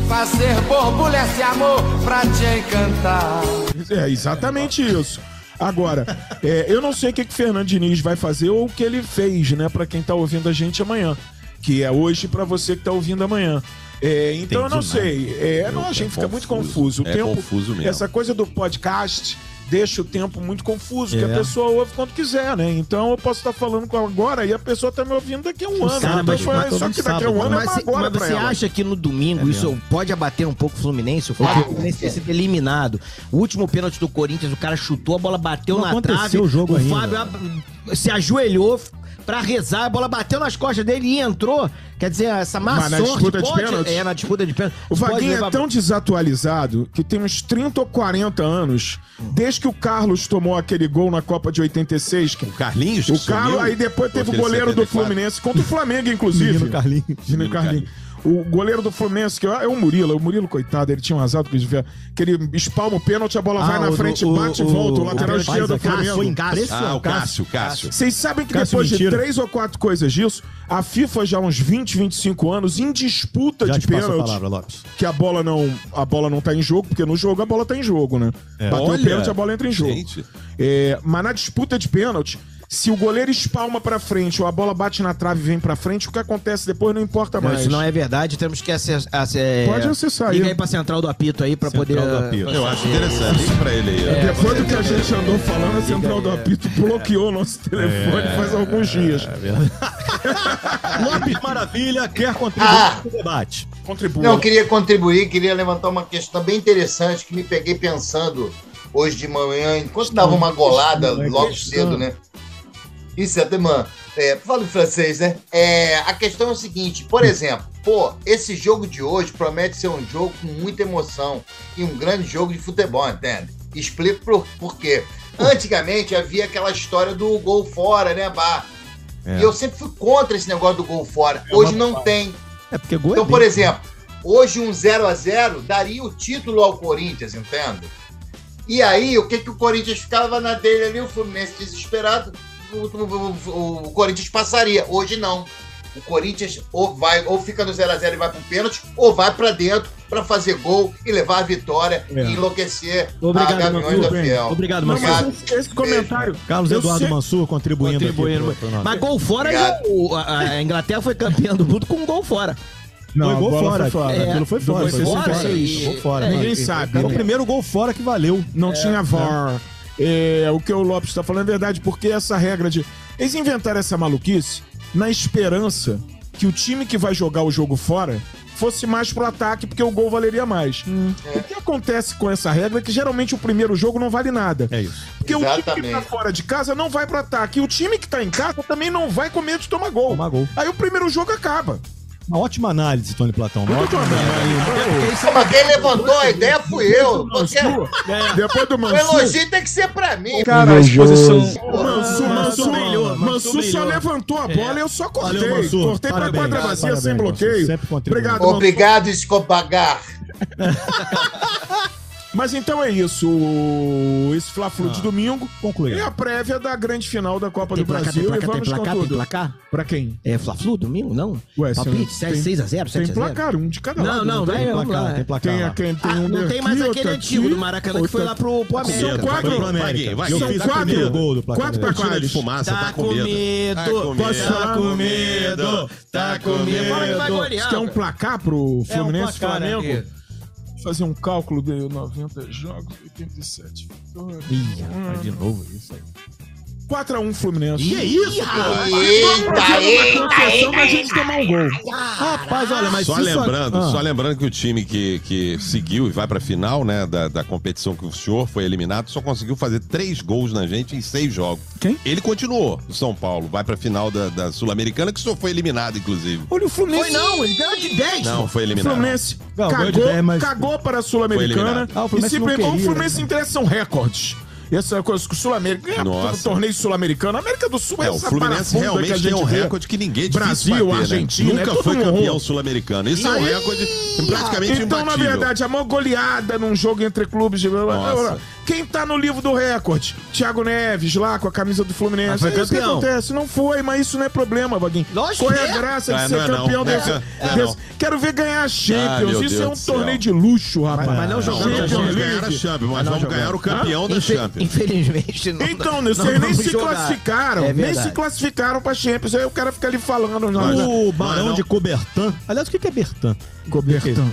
fazer borbulha esse amor pra te encantar. É exatamente isso. Agora, é, eu não sei o que, que o Fernando Diniz vai fazer ou o que ele fez, né, Pra quem tá ouvindo a gente amanhã, que é hoje pra você que tá ouvindo amanhã. É, então eu não Entendi, sei. É, Meu, não, a gente é fica muito confuso. confuso. O É tempo, confuso mesmo. Essa coisa do podcast deixa o tempo muito confuso, que É. a pessoa ouve quando quiser, né? Então eu posso estar falando com ela agora e a pessoa tá me ouvindo daqui a um ano. Cara, Então mas- foi- mas só todo que daqui a um sábado, né? ano é mas uma você- agora Mas pra você ela. acha que no domingo É isso mesmo. pode abater um pouco o Fluminense? O Fluminense vai ser eliminado. O último pênalti do Corinthians, o cara chutou, a bola bateu Não na aconteceu trave. o jogo ainda. Fábio ab- se ajoelhou f- pra rezar, a bola bateu nas costas dele e entrou. Quer dizer, essa má Mas na sorte disputa de pode- pênalti? É, na disputa de pênalti. O pode Vaguinho é levar- tão desatualizado que tem uns 30 ou 40 anos, desde que o Carlos tomou aquele gol na Copa de 86. Que... O Carlinhos? que O Carlos, sumiu? aí depois teve o Aquele goleiro do 74. Fluminense, contra o Flamengo, inclusive. Menino Carlinhos. Menino Carlinhos. O goleiro do Fluminense, que é o Murilo, o Murilo, coitado, ele tinha um azar do que ele- que ele espalma o pênalti, a bola Ah, vai na o do- frente, o- bate e o- volta, o o rapaz, lateral é esquerdo do Cássio, Flamengo. foi impressionante. Ah, o Cássio, Cássio. Vocês sabem que Cássio, depois de mentira. três ou quatro coisas disso, a FIFA já há uns 20, 25 anos, em disputa Já de te passo a pênalti, palavra, Lopes. que a bola não a bola não tá em jogo, porque no jogo a bola tá em jogo, né? Bateu É. Olha, o pênalti, a bola entra em jogo. gente. É, mas na disputa de pênalti, se o goleiro espalma pra frente ou a bola bate na trave e vem pra frente, o que acontece depois não importa Não, mais. isso não é verdade, temos que acessar. Pode acessar aí. Liga aí pra Central do Apito aí pra Central poder. do Apito. Eu acho interessante. Liga pra ele aí. ó. É, Depois do que a gente andou falando, a central do apito bloqueou o nosso telefone faz alguns dias. Lopes Maravilha quer contribuir com o debate. Contribua. Não, eu queria contribuir, queria levantar uma questão bem interessante que me peguei pensando hoje de manhã, enquanto dava uma golada questão, é logo questão. cedo, né? Isso é demais. É, fala em francês, né? É, a questão é o seguinte, por exemplo, pô, esse jogo de hoje promete ser um jogo com muita emoção e um grande jogo de futebol, entende? Explico por, por quê. Antigamente havia aquela história do gol fora, né, Bar? E eu sempre fui contra esse negócio do gol fora. Hoje não tem. É porque gol Então, por exemplo, hoje um 0 a 0 daria o título ao Corinthians, entendo. E aí, o que, que o Corinthians ficava na dele ali, o Fluminense desesperado, o, o- o- o Corinthians passaria. Hoje não. O Corinthians ou vai ou fica no 0 a 0 e vai pro pênalti, ou vai pra dentro pra fazer gol e levar a vitória É. e enlouquecer a Obrigado, Gaviões da Mansur. Fiel. assim, Obrigado, Não, Mansur. Obrigado. mas esse, esse comentário. Carlos Eu Eduardo sei- Mansur contribuindo, Contribuindo. aqui. pro- pro Mas nosso- gol fora, Obrigado. o- a, a Inglaterra foi campeã do mundo com um gol fora. foi gol a bola fora. É. Aquilo foi fora. Foi Foi fora, fora. e- Gol fora. é, Ninguém Ninguém e- sabe. Era o primeiro gol fora que valeu. né? Não tinha VAR. É, o que o Lopes está falando é verdade, porque essa regra de. Eles inventaram essa maluquice na esperança que o time que vai jogar o jogo fora fosse mais pro ataque, porque o gol valeria mais. Hum. O que acontece com essa regra é que geralmente o primeiro jogo não vale nada. É isso. Porque o time que tá Exatamente. fora de casa não vai pro ataque. E o time que tá em casa também não vai com medo de tomar gol. Tomar gol. Aí o primeiro jogo acaba. Uma ótima análise, Tony Platão. Uma ótima Porque isso Pô, mas quem levantou a ideia fui eu. Porque É. Depois do o Mansur. elogio tem que ser pra mim. Cara, a exposição. Pô, Mansur Mansur, Mansur, brilhou, Mansur, Mansur só brilhou. levantou É. a bola e eu só cortei. Valeu, Mansur. Cortei pra Parabéns. quadra vazia Parabéns, sem Mansur. bloqueio. Sempre contribuindo. Obrigado, Mansur. Obrigado, Escopagar. Mas então é isso. o- Esse Fla-Flu Ah, de domingo. concluído. E a prévia da grande final da Copa Tem do placar, tem Brasil. placar, e tem vamos placar, com tem tudo. placar? Pra quem? É Fla-Flu domingo, não? Ué, Palpite, senhor, tem- 6x0, 7x0? Tem placar, um de cada Não, lado. não, vai, vamos lá. Tem, a- quem- tem Ah, um não daqui, tem mais outro aquele aqui, antigo do Maracanã que foi outro lá pro, pro aqui. América. é São quatro. Foi pro América. Eu Vai, fiz vai, quatro. vai. Gol do placar. Quatro Tá Tira de placares. fumaça, tá, Tá com medo. comigo. Posso falar? com medo, tá com É, Fala que vai golear, Isso que é um cara. placar pro É um Fluminense e placar, né? Flamengo? Vou Fazer um cálculo de 90 jogos, 87 vitórias. Ih, rapaz, de novo isso aí. 4x1 Fluminense. Que isso, Ah, pô? Eita, eita, eita. a gente tomar um gol. Rapaz, olha, mas só é- isso- lembrando, Ah. só lembrando que o time que, que seguiu e vai pra final, né, da, da competição que o senhor foi eliminado, só conseguiu fazer três gols na gente em seis jogos. Quem? Ele continuou, o São Paulo, vai pra final da, da Sul-Americana, que o senhor foi eliminado, inclusive. Olha o Fluminense. Foi não, ele ganhou de 10. Não, foi O eliminado. Fluminense Não, ganhou de cagou, dez, mas- cagou para a Foi Sul-Americana eliminado. Ah, o e Fluminense se não pegou. O né? queria, Fluminense interessa são recordes. Essa é coisa que o Sul-Americano ganha Nossa. todo o torneio sul-americano. A América do Sul é, É, o essa Fluminense parafunda que a realmente tem gente um vê. recorde que ninguém é difícil Brasil, bater, né? Argentina, é Nunca todo foi mundo. campeão sul-americano. Isso é um Ih, recorde praticamente Então, na imbatível. verdade, a maior goleada num jogo entre clubes. de- Nossa. Quem tá no livro do recorde? Thiago Neves, lá com a camisa do Mas Fluminense. foi É isso que campeão. acontece. Não foi, mas isso não é problema, Vaguinho. Lógico Qual é que a é. graça de Ah, ser não é não. campeão Não é desse, não. É desse- não. Quero ver ganhar a Champions. meu isso Deus é um do céu. torneio de luxo, rapaz. Mas não Não, jogando, não Champions vamos jogando. ganhar a League. Ah, Champions, mas Não vamos jogando. ganhar o campeão da Infe- Champions. Infelizmente, não. Então, não não, vocês nem vamos se jogar. classificaram. É nem verdade. se classificaram pra Champions. Aí o cara fica ali falando. Não, não. O Mas Barão não- de Coubertin. Aliás, o que que é Bertin? Cobertão.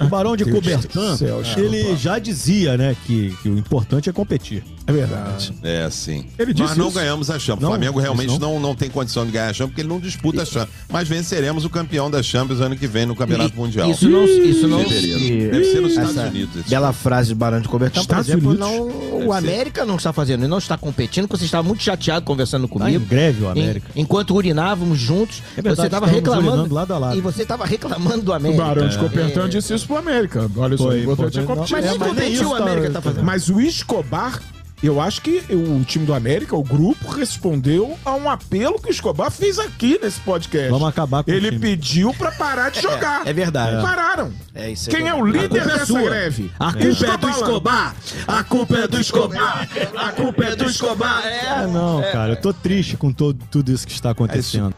O Barão de Deus Coubertin, do céu, desculpa. ele já dizia, né, que, que o importante é competir. É verdade. É, sim. Ele Nós disse não isso? ganhamos a Champions. O Não, Flamengo realmente isso não. Não, tem condição de ganhar a Champions, porque ele não disputa a Champions. Mas venceremos o campeão da Champions ano que vem no Campeonato E- Mundial. Isso não. Isso não Fevereiro. Deve ser nos Estados Essa Unidos. esse Bela frase do Barão de Cobertão, por Estados exemplo, Unidos. não, o América não está fazendo, não está competindo, porque você estava muito chateado conversando Tá em comigo. greve o América. Em- enquanto urinávamos juntos, É verdade, você estava estávamos reclamando. urinando lado a lado. E você estava reclamando do O América. Barão de Cobertão É. disse isso pro América. Olha só, Foi, o importante foi, é não. competir. Mas É, nem mas nem competiu isso o tá- América tá fazendo. Mas o Escobar, eu acho que o time do América, o grupo, respondeu a um apelo que o Escobar fez aqui nesse podcast. Vamos acabar com o Ele time. pediu pra parar de jogar. é verdade. E Pararam. É isso aí. Quem é o líder culpa é dessa sua. greve? A culpa é do Escobar. A culpa é do Escobar. A culpa é do Escobar. Ah, não, cara, eu tô triste com todo, tudo isso que está acontecendo.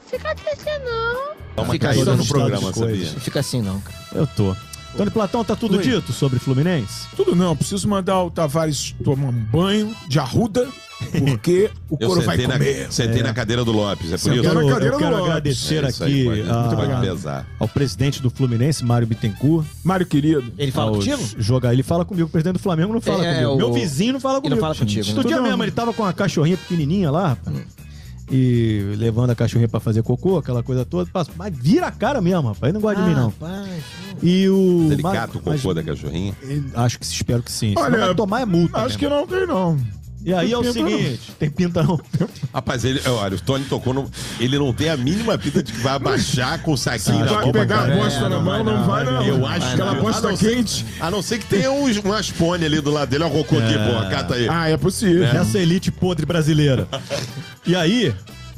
Dá uma Fica aí caída todo no estado programa, de coisas. sabia? Não fica assim, não. cara. Eu tô. Tony Platão, tá tudo Oi. dito sobre Fluminense? Tudo não, preciso mandar o Tavares tomar um banho de arruda, porque o Eu couro vai sentei, comer. na, sentei na cadeira do Lopes, é por Sentei isso? na Quero- cadeira eu do quero Lopes. agradecer É isso aí, aqui ah, pode- a- muito vai pesar. ao presidente do Fluminense, Mário Bittencourt. Mário querido. Ele fala aos contigo? joga- Ele fala comigo, o presidente do Flamengo não fala É, comigo. o- Meu vizinho não fala Ele comigo. não fala contigo, Gente, né? Outro dia Tudo mesmo, bem. ele tava com uma cachorrinha pequenininha lá, rapaz, e levando a cachorrinha pra fazer cocô, aquela coisa toda. passa- Mas vira a cara mesmo, rapaz, ele não gosta de Ah. mim, não. Rapaz, E o... Ele Mar- cata o mas- cocô da cachorrinha. ele- Acho que espero que sim. Olha, Olha, vai tomar é multa. Acho né, que não tem, não. irmão? E aí é o Tem pinta, seguinte, tem pinta não. Rapaz, ele, olha, o Tony tocou no. Ele não tem a mínima pinta de que vai abaixar com o saquinho na Vai mão. pra Então, pegar caralho. a bosta na mão, não vai, não. Eu acho que Aquela não. bosta Ah, não, quente. A não ser que tenha uns, um aspone ali do lado dele. Olha o cocô aqui, porra, cata aí. Ah, é possível. Essa elite podre brasileira. E aí,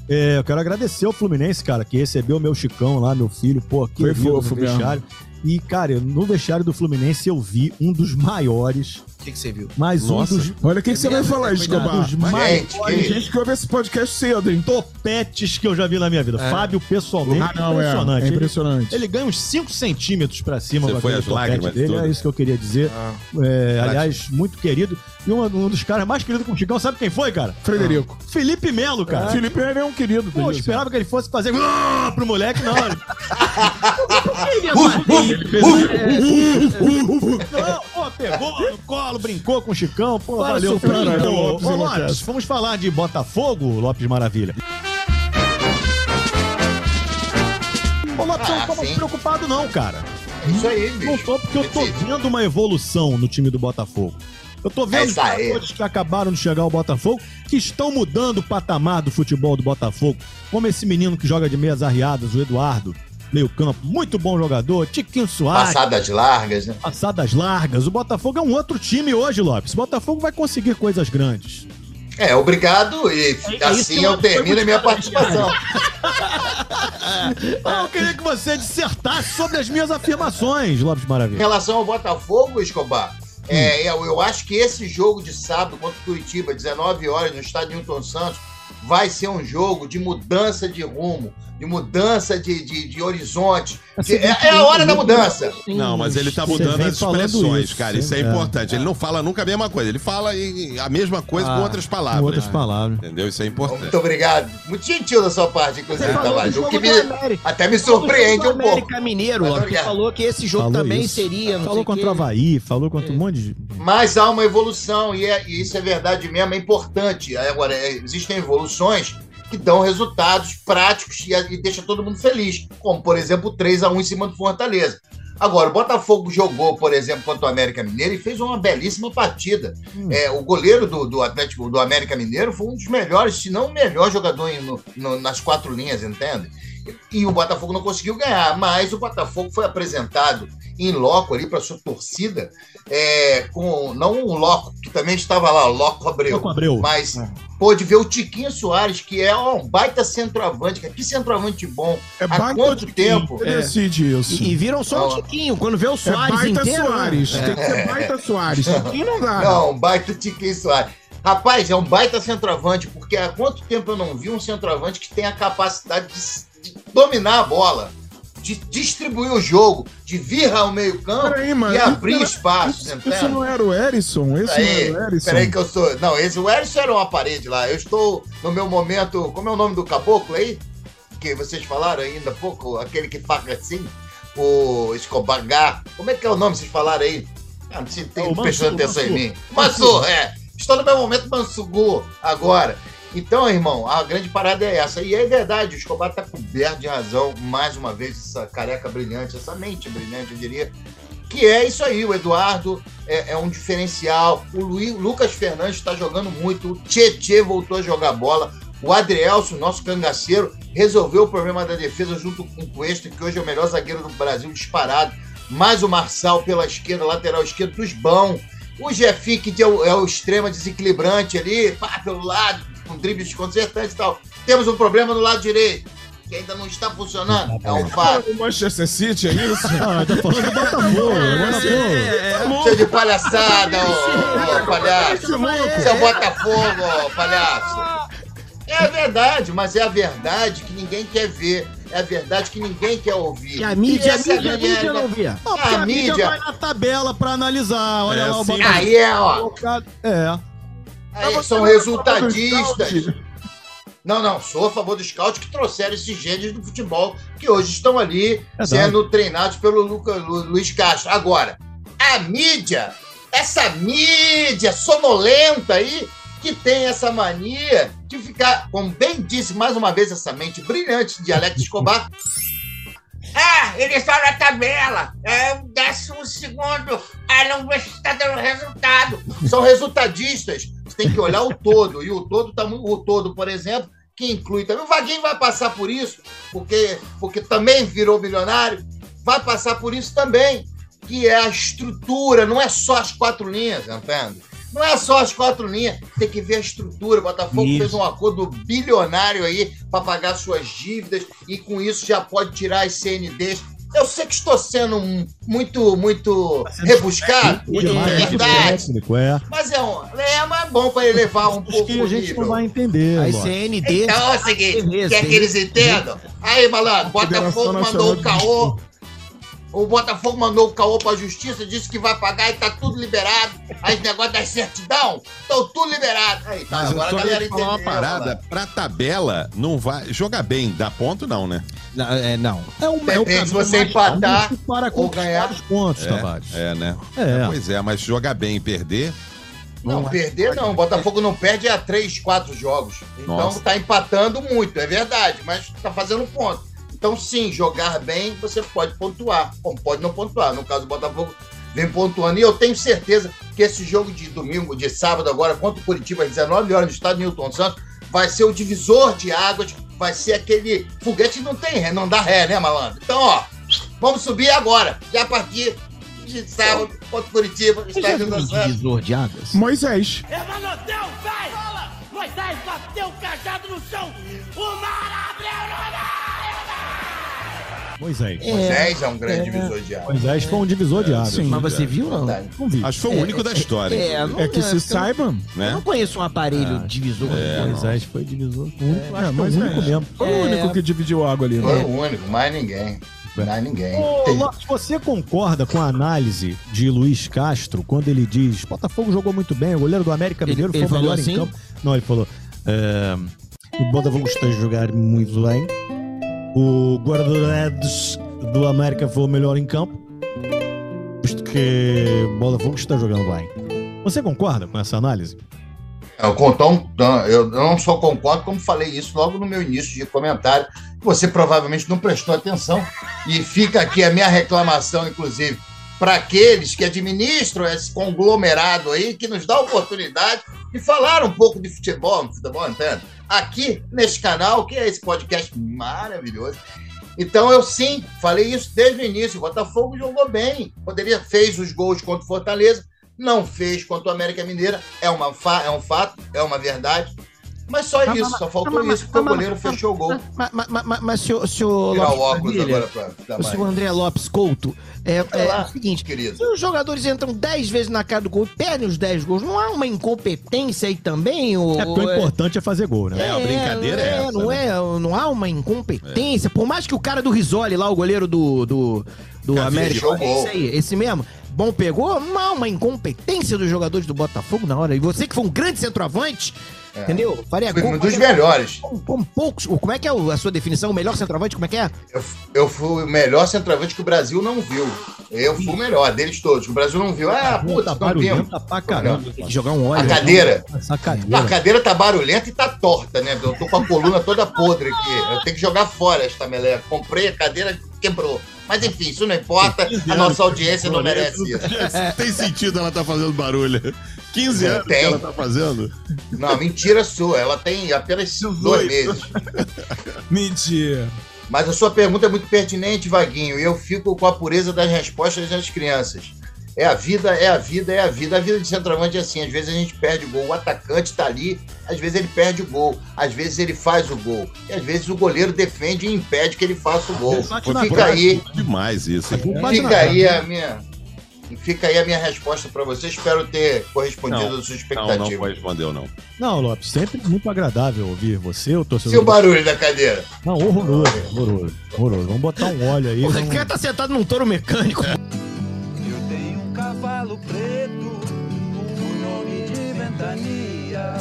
é, eu quero agradecer ao Fluminense, cara, que recebeu meu Chicão lá, meu filho, pô, que Foi lindo no fofo mesmo. vestiário. E, cara, no vestiário do Fluminense eu vi um dos maiores, o que, que você viu? mas Nossa. um dos, Olha o que, que você vai Cuidado, falar, cuidado. Escobar. dos maiores Gente, Tem que... gente que ouve esse podcast cedo, hein? topetes que eu já vi na minha vida. Fábio, pessoalmente, Ah, não, é. É Ele- impressionante. Ele ganha uns 5 centímetros pra cima. Você com foi aquele às topete lágrimas dele, todas. É isso que eu queria dizer. Ah. É, aliás, muito querido. E um, um dos caras mais queridos com o Chicão, sabe quem foi, cara? Ah. Frederico. Felipe Melo, cara. Felipe ele Ah. é um querido. Pô, eu Deus. esperava que ele fosse fazer "Ah", pro moleque, não. ele- não, pô, pegou no colo, brincou com o Chicão, pô, Para, valeu. seu Felipe. Fernando Ô, então, Lopes, ô, eu não Lopes, quero. vamos falar de Botafogo, Lopes Maravilha. Ô, Lopes, eu não tô Ah, sim. preocupado não, cara. Isso aí, Não bicho. tô, porque eu tô vendo uma evolução no time do Botafogo. Eu tô É vendo os isso aí. jogadores que acabaram de chegar ao Botafogo, que estão mudando o patamar do futebol do Botafogo. Como esse menino que joga de meias arriadas, o Eduardo, meio campo, muito bom jogador, Tiquinho Soares, Passadas largas, né? passadas largas. O Botafogo é um outro time hoje, Lopes. O Botafogo vai conseguir coisas grandes. É, obrigado. E assim eu termino a minha participação. Ah, eu queria que você dissertasse sobre as minhas afirmações, Lopes Em Maravilha. relação ao Botafogo, Escobar, É, eu, eu acho que esse jogo de sábado contra o Curitiba, 19 horas, no estádio Newton Santos, vai ser um jogo de mudança de rumo, de mudança de, de, de horizonte. De- é, é a hora da mudança. Não, mas ele tá Você mudando vem as falando expressões, isso, cara. Isso é, é. importante. Ele não fala nunca a mesma coisa. Ele fala em- a mesma coisa Ah, com outras palavras. com outras palavras. Entendeu? Isso é importante. Muito obrigado. Muito gentil da sua parte, inclusive, Você falou do Tavares. O jogo que me, do América. até me surpreende um pouco. América Mineiro, ó, que obrigado. falou que esse jogo Falou também isso. seria. não Falou sei o contra o quê. Havaí, falou contra um monte de. Mas há uma evolução, e, é- e isso é verdade mesmo, é importante. Agora, é, existem evoluções que dão resultados práticos e, e deixa todo mundo feliz. Como, por exemplo, o 3 a 1 em cima do Fortaleza. Agora, o Botafogo jogou, por exemplo, contra o América Mineiro e fez uma belíssima partida. Hum. É, o goleiro do, do Atlético do América Mineiro foi um dos melhores, se não o melhor jogador em- no- no- nas quatro linhas, entende? e o Botafogo não conseguiu ganhar, mas o Botafogo foi apresentado em loco ali para sua torcida, é, com não o Loco, que também estava lá, o Loco Abreu, Loco Abreu. É. mas pôde ver o Tiquinho Soares, que é um baita centroavante, cara, que centroavante bom, É há baita quanto tempo? Quem decide isso? E, e viram Ó. só o Tiquinho, quando vê o É Soares baita inteiro. Soares. né? Tem que ser baita Soares. Aqui Ah, não dá. Não, um baita Tiquinho Soares. Rapaz, é um baita centroavante, porque há quanto tempo eu não vi um centroavante que tem a capacidade de, s- de dominar a bola, de distribuir o jogo, de vir ao meio-campo Peraí, mano. e abrir isso, é espaços, isso, entende? isso não é era o Erisson? Esse Peraí, não era o Erisson? peraí que eu sou. Não, esse o Erickson era uma parede lá. Eu estou no meu momento. Como é o nome do caboclo aí? Que vocês falaram ainda há pouco, aquele que paga assim, o Escobar. Como é que é o nome que vocês falaram aí? Ah, não sei, tem É o prestando Mansur, atenção em Mansur. mim. Mansur, é. Estou no meu momento Mansugu agora. Então, irmão, a grande parada é essa. E é verdade, o Escobar está coberto de razão, mais uma vez, essa careca brilhante, essa mente brilhante, eu diria. Que é isso aí, o Eduardo é, é um diferencial. O Luí- o Lucas Fernandes está jogando muito. O Tietê voltou a jogar bola. O Adrielson, nosso cangaceiro, resolveu o problema da defesa junto com o Cuesta, que hoje é o melhor zagueiro do Brasil disparado. Mais o Marçal pela esquerda, lateral esquerdo dos bons. O Jefi, que é o, é o extremo desequilibrante ali, pá, pelo lado, com dribles desconcertantes e tal. Temos um problema no lado direito, que ainda não está funcionando. É um fato. O Manchester City, é isso? Ah, tá falando do Botafogo, Botafogo. Cheio de palhaçada, ô, ô, palhaço. Esse É. louco. Seu Botafogo, ô, palhaço. É a verdade, mas é a verdade que ninguém quer ver. É a verdade que ninguém quer ouvir. E a mídia, E a essa mídia, a é mídia verdade. não via. Ah, porque A a mídia mídia- vai na tabela pra analisar. Olha É lá o assim. Botafogo. Aí é, ó. colocado. É. Aí são resultadistas. Não, não, sou a favor dos scouts que trouxeram esses gênios do futebol que hoje estão ali Verdade. sendo treinados pelo Luca- Lu- Luiz Castro. Agora, a mídia, essa mídia sonolenta aí, que tem essa mania de ficar, como bem disse mais uma vez essa mente brilhante de Alex Escobar. Ah, ele só na tabela. É o décimo segundo. Ah, não está dando resultado. São resultadistas. Você tem que olhar o todo. E o todo, tá, mu- o todo por exemplo, que inclui também. O Vaguinho vai passar por isso, porque, porque também virou milionário. Vai passar por isso também. Que é a estrutura, não é só as quatro linhas, entende? Não é só as quatro linhas, tem que ver a estrutura. O Botafogo Isso. fez um acordo bilionário aí para pagar suas dívidas e com isso já pode tirar as CNDs. Eu sei que estou sendo um- muito, muito rebuscado, Tá Muito mais é do que verdade. técnico, é. Mas é, um, é mas é bom para elevar um Acho pouco que o a gente não nível. vai entender. Aí Ló. CND. Então é o seguinte, Beleza, quer que hein? eles entendam? Aí, malandro, Botafogo mandou o caô. O Botafogo mandou o caô pra justiça, disse que vai pagar e tá tudo liberado. Aí, negócio da certidão, estão tudo liberado. Aí, tá, Mas eu agora só a galera ia falar uma entendeu. parada. mano. Pra tabela, não vai. Jogar bem, dá ponto, não, né? Não, é, não. É um é o Depende, caminho se você mais empatar fácil para ou conquistar ganhar. os pontos, Tavares. É, né? É. Pois é, mas jogar bem e perder. Não, perder não. O Botafogo não perde há três, quatro jogos. Então Nossa. tá empatando muito, é verdade, mas tá fazendo ponto. Então, sim, jogar bem, você pode pontuar. Ou pode não pontuar. No caso do Botafogo, vem pontuando. E eu tenho certeza que esse jogo de domingo, de sábado agora, contra o Curitiba, às 19 horas, no estado Newton Santos, vai ser o divisor de águas, vai ser aquele foguete que não tem ré, não dá ré, né, malandro? Então, ó, vamos subir agora. E a partir de sábado, contra o Curitiba, Você já estádio viu Newton um Santos. divisor de águas? Moisés. Emanoteu, vai! um Moisés bateu o cajado no chão! O mar abriu no Moisés. Moisés é um grande divisor de água. Moisés foi um divisor É, de águas. Mas você viu, não? Não vi. Acho que foi o único da história. É, não- inclusive. eu não- Né? Eu não conheço um aparelho divisor. É, de Moisés foi divisor. único, É, mas é. Foi o único que dividiu água ali. né? É. Foi é o único, mais ninguém. Mais ninguém. Ô, Lopes, você concorda com a análise de Luiz Castro quando ele diz Botafogo jogou muito bem, o goleiro do América Mineiro ele foi o falou melhor assim? em campo. Não, ele falou "É, o Botafogo está a jogar muito bem, o guarda-redes do América foi o melhor em campo, visto que o Botafogo está jogando bem. Você concorda com essa análise? Eu, com Tom, Tom, eu não só concordo, como falei isso logo no meu início de comentário. Você provavelmente não prestou atenção. E fica aqui a minha reclamação, inclusive, para aqueles que administram esse conglomerado aí, que nos dá a oportunidade de falar um pouco de futebol, futebol, entende? Aqui neste canal, que é esse podcast maravilhoso. Então eu sim, falei isso desde o início. O Botafogo jogou bem. Poderia fez os gols contra o Fortaleza, não fez contra o América Mineira. É uma fa- é um fato, é uma verdade. Mas só Ah, isso, mas- só ah, faltou mas- isso porque o mas- tá, goleiro fechou o gol. Mas, mas, mas, mas, mas senhor, senhor Tirar o Lopes óculos Padilha, agora pra ficar o mais- senhor André Lopes Couto, é, é o seguinte, querido. se os jogadores entram 10 vezes na cara do gol e perdem os 10 gols, não há uma incompetência aí também? Ou, É porque o importante é fazer gol, né? é, não é, não há uma incompetência. Por mais que o cara do Risoli lá, o goleiro do do, do Cara, América, fechou o gol. esse aí, esse mesmo, bom pegou, não há uma incompetência dos jogadores do Botafogo na hora. E você que foi um grande centroavante, entendeu? Faria Fui gol. um dos faria- melhores. Com, com poucos. Como é que é o- a sua definição? O melhor centroavante, como é que é? Eu fui o melhor centroavante que o Brasil não viu. Eu fui o melhor deles todos. que O Brasil não viu. Ah, putz, não É, viu. barulhenta pra caramba. Tem que jogar um óleo. A cadeira. Essa A né? cadeira. cadeira tá barulhenta e tá torta, né? Eu tô com a coluna toda podre aqui. Eu tenho que jogar fora esta meleca. Comprei a cadeira, quebrou. Mas enfim, isso não importa. A nossa audiência não merece isso. Tem sentido ela tá fazendo barulho. 15 anos Tem. que ela tá fazendo. Não, mentira sua. Ela tem apenas dois meses. Mentira. Mas a sua pergunta é muito pertinente, Vaguinho, e eu fico com a pureza das respostas das crianças. É a vida, é a vida, é a vida. A vida de centroavante é assim, às vezes a gente perde o gol, o atacante tá ali, às vezes ele perde o gol, às vezes ele faz o gol, e às vezes o goleiro defende e impede que ele faça o gol. Foi Fica aí, Demais isso, hein? fica aí a minha fica aí a minha resposta para você. Espero ter correspondido Não, à sua Não, expectativa. não correspondeu, não. É Não, Lopes, sempre muito agradável ouvir você, o torcedor. E o barulho da cadeira? Não, horroroso, horroroso, horroroso. Vamos botar um óleo aí. O vamos- cara tá sentado num touro mecânico. Eu tenho um cavalo preto, o nome de ventania.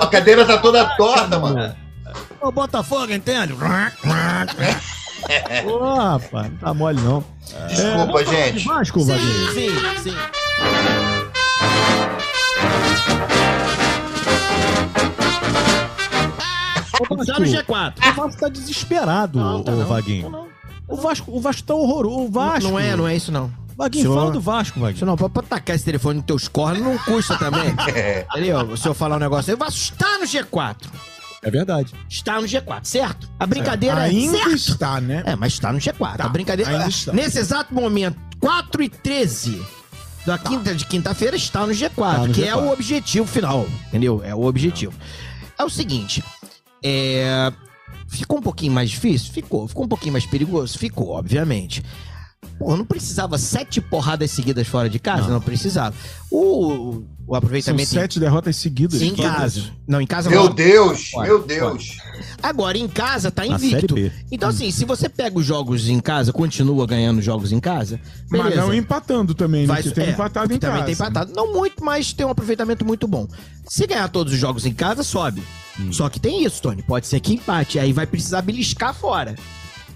A cadeira tá toda torta, É. mano. Ô, Botafogo, entende? Ô, rapaz, não tá mole não. É. Desculpa, vamos falar gente. de Vasco, Vaguinho. Sim, sim. Já Tá no G4. O Vasco tá desesperado, tá ô, não, Vaguinho. O Vasco, o Vasco tá horroroso. O Vasco. Não é, não é isso não. Vaguinho, Senhor- fala do Vasco, Vaguinho. Isso não, pra, pra tacar esse telefone nos teus cornos não custa também. É. Entendeu? Se eu falar um negócio aí, o Vasco está no G4. É verdade. Está no G4, certo? A brincadeira é, Ainda certo. está, né? É, mas está no G4. Tá, a brincadeira é ainda está. Nesse exato momento, 4 e 13 da quinta, de quinta-feira, está no G4, Tá no que é G4. o objetivo final. Entendeu? É o objetivo. É o seguinte. É... Ficou um pouquinho mais difícil? Ficou. Ficou um pouquinho mais perigoso? Ficou, obviamente. Pô, não precisava sete porradas seguidas fora de casa? Não, precisava. O, o São aproveitamento em- sete derrotas seguidas. em casa. Não, em casa Meu não. Deus, Fora, meu fora. Deus. Agora, em casa, tá Na Série invicto. B. Então, assim, se você pega os jogos em casa, continua ganhando jogos em casa, Mas beleza. não empatando também, né? Vai- Porque tem é, empatado porque em também casa. tem empatado. Não muito, mas tem um aproveitamento muito bom. Se ganhar todos os jogos em casa, sobe. Só que tem isso, Tony. Pode ser que empate. Aí vai precisar beliscar fora.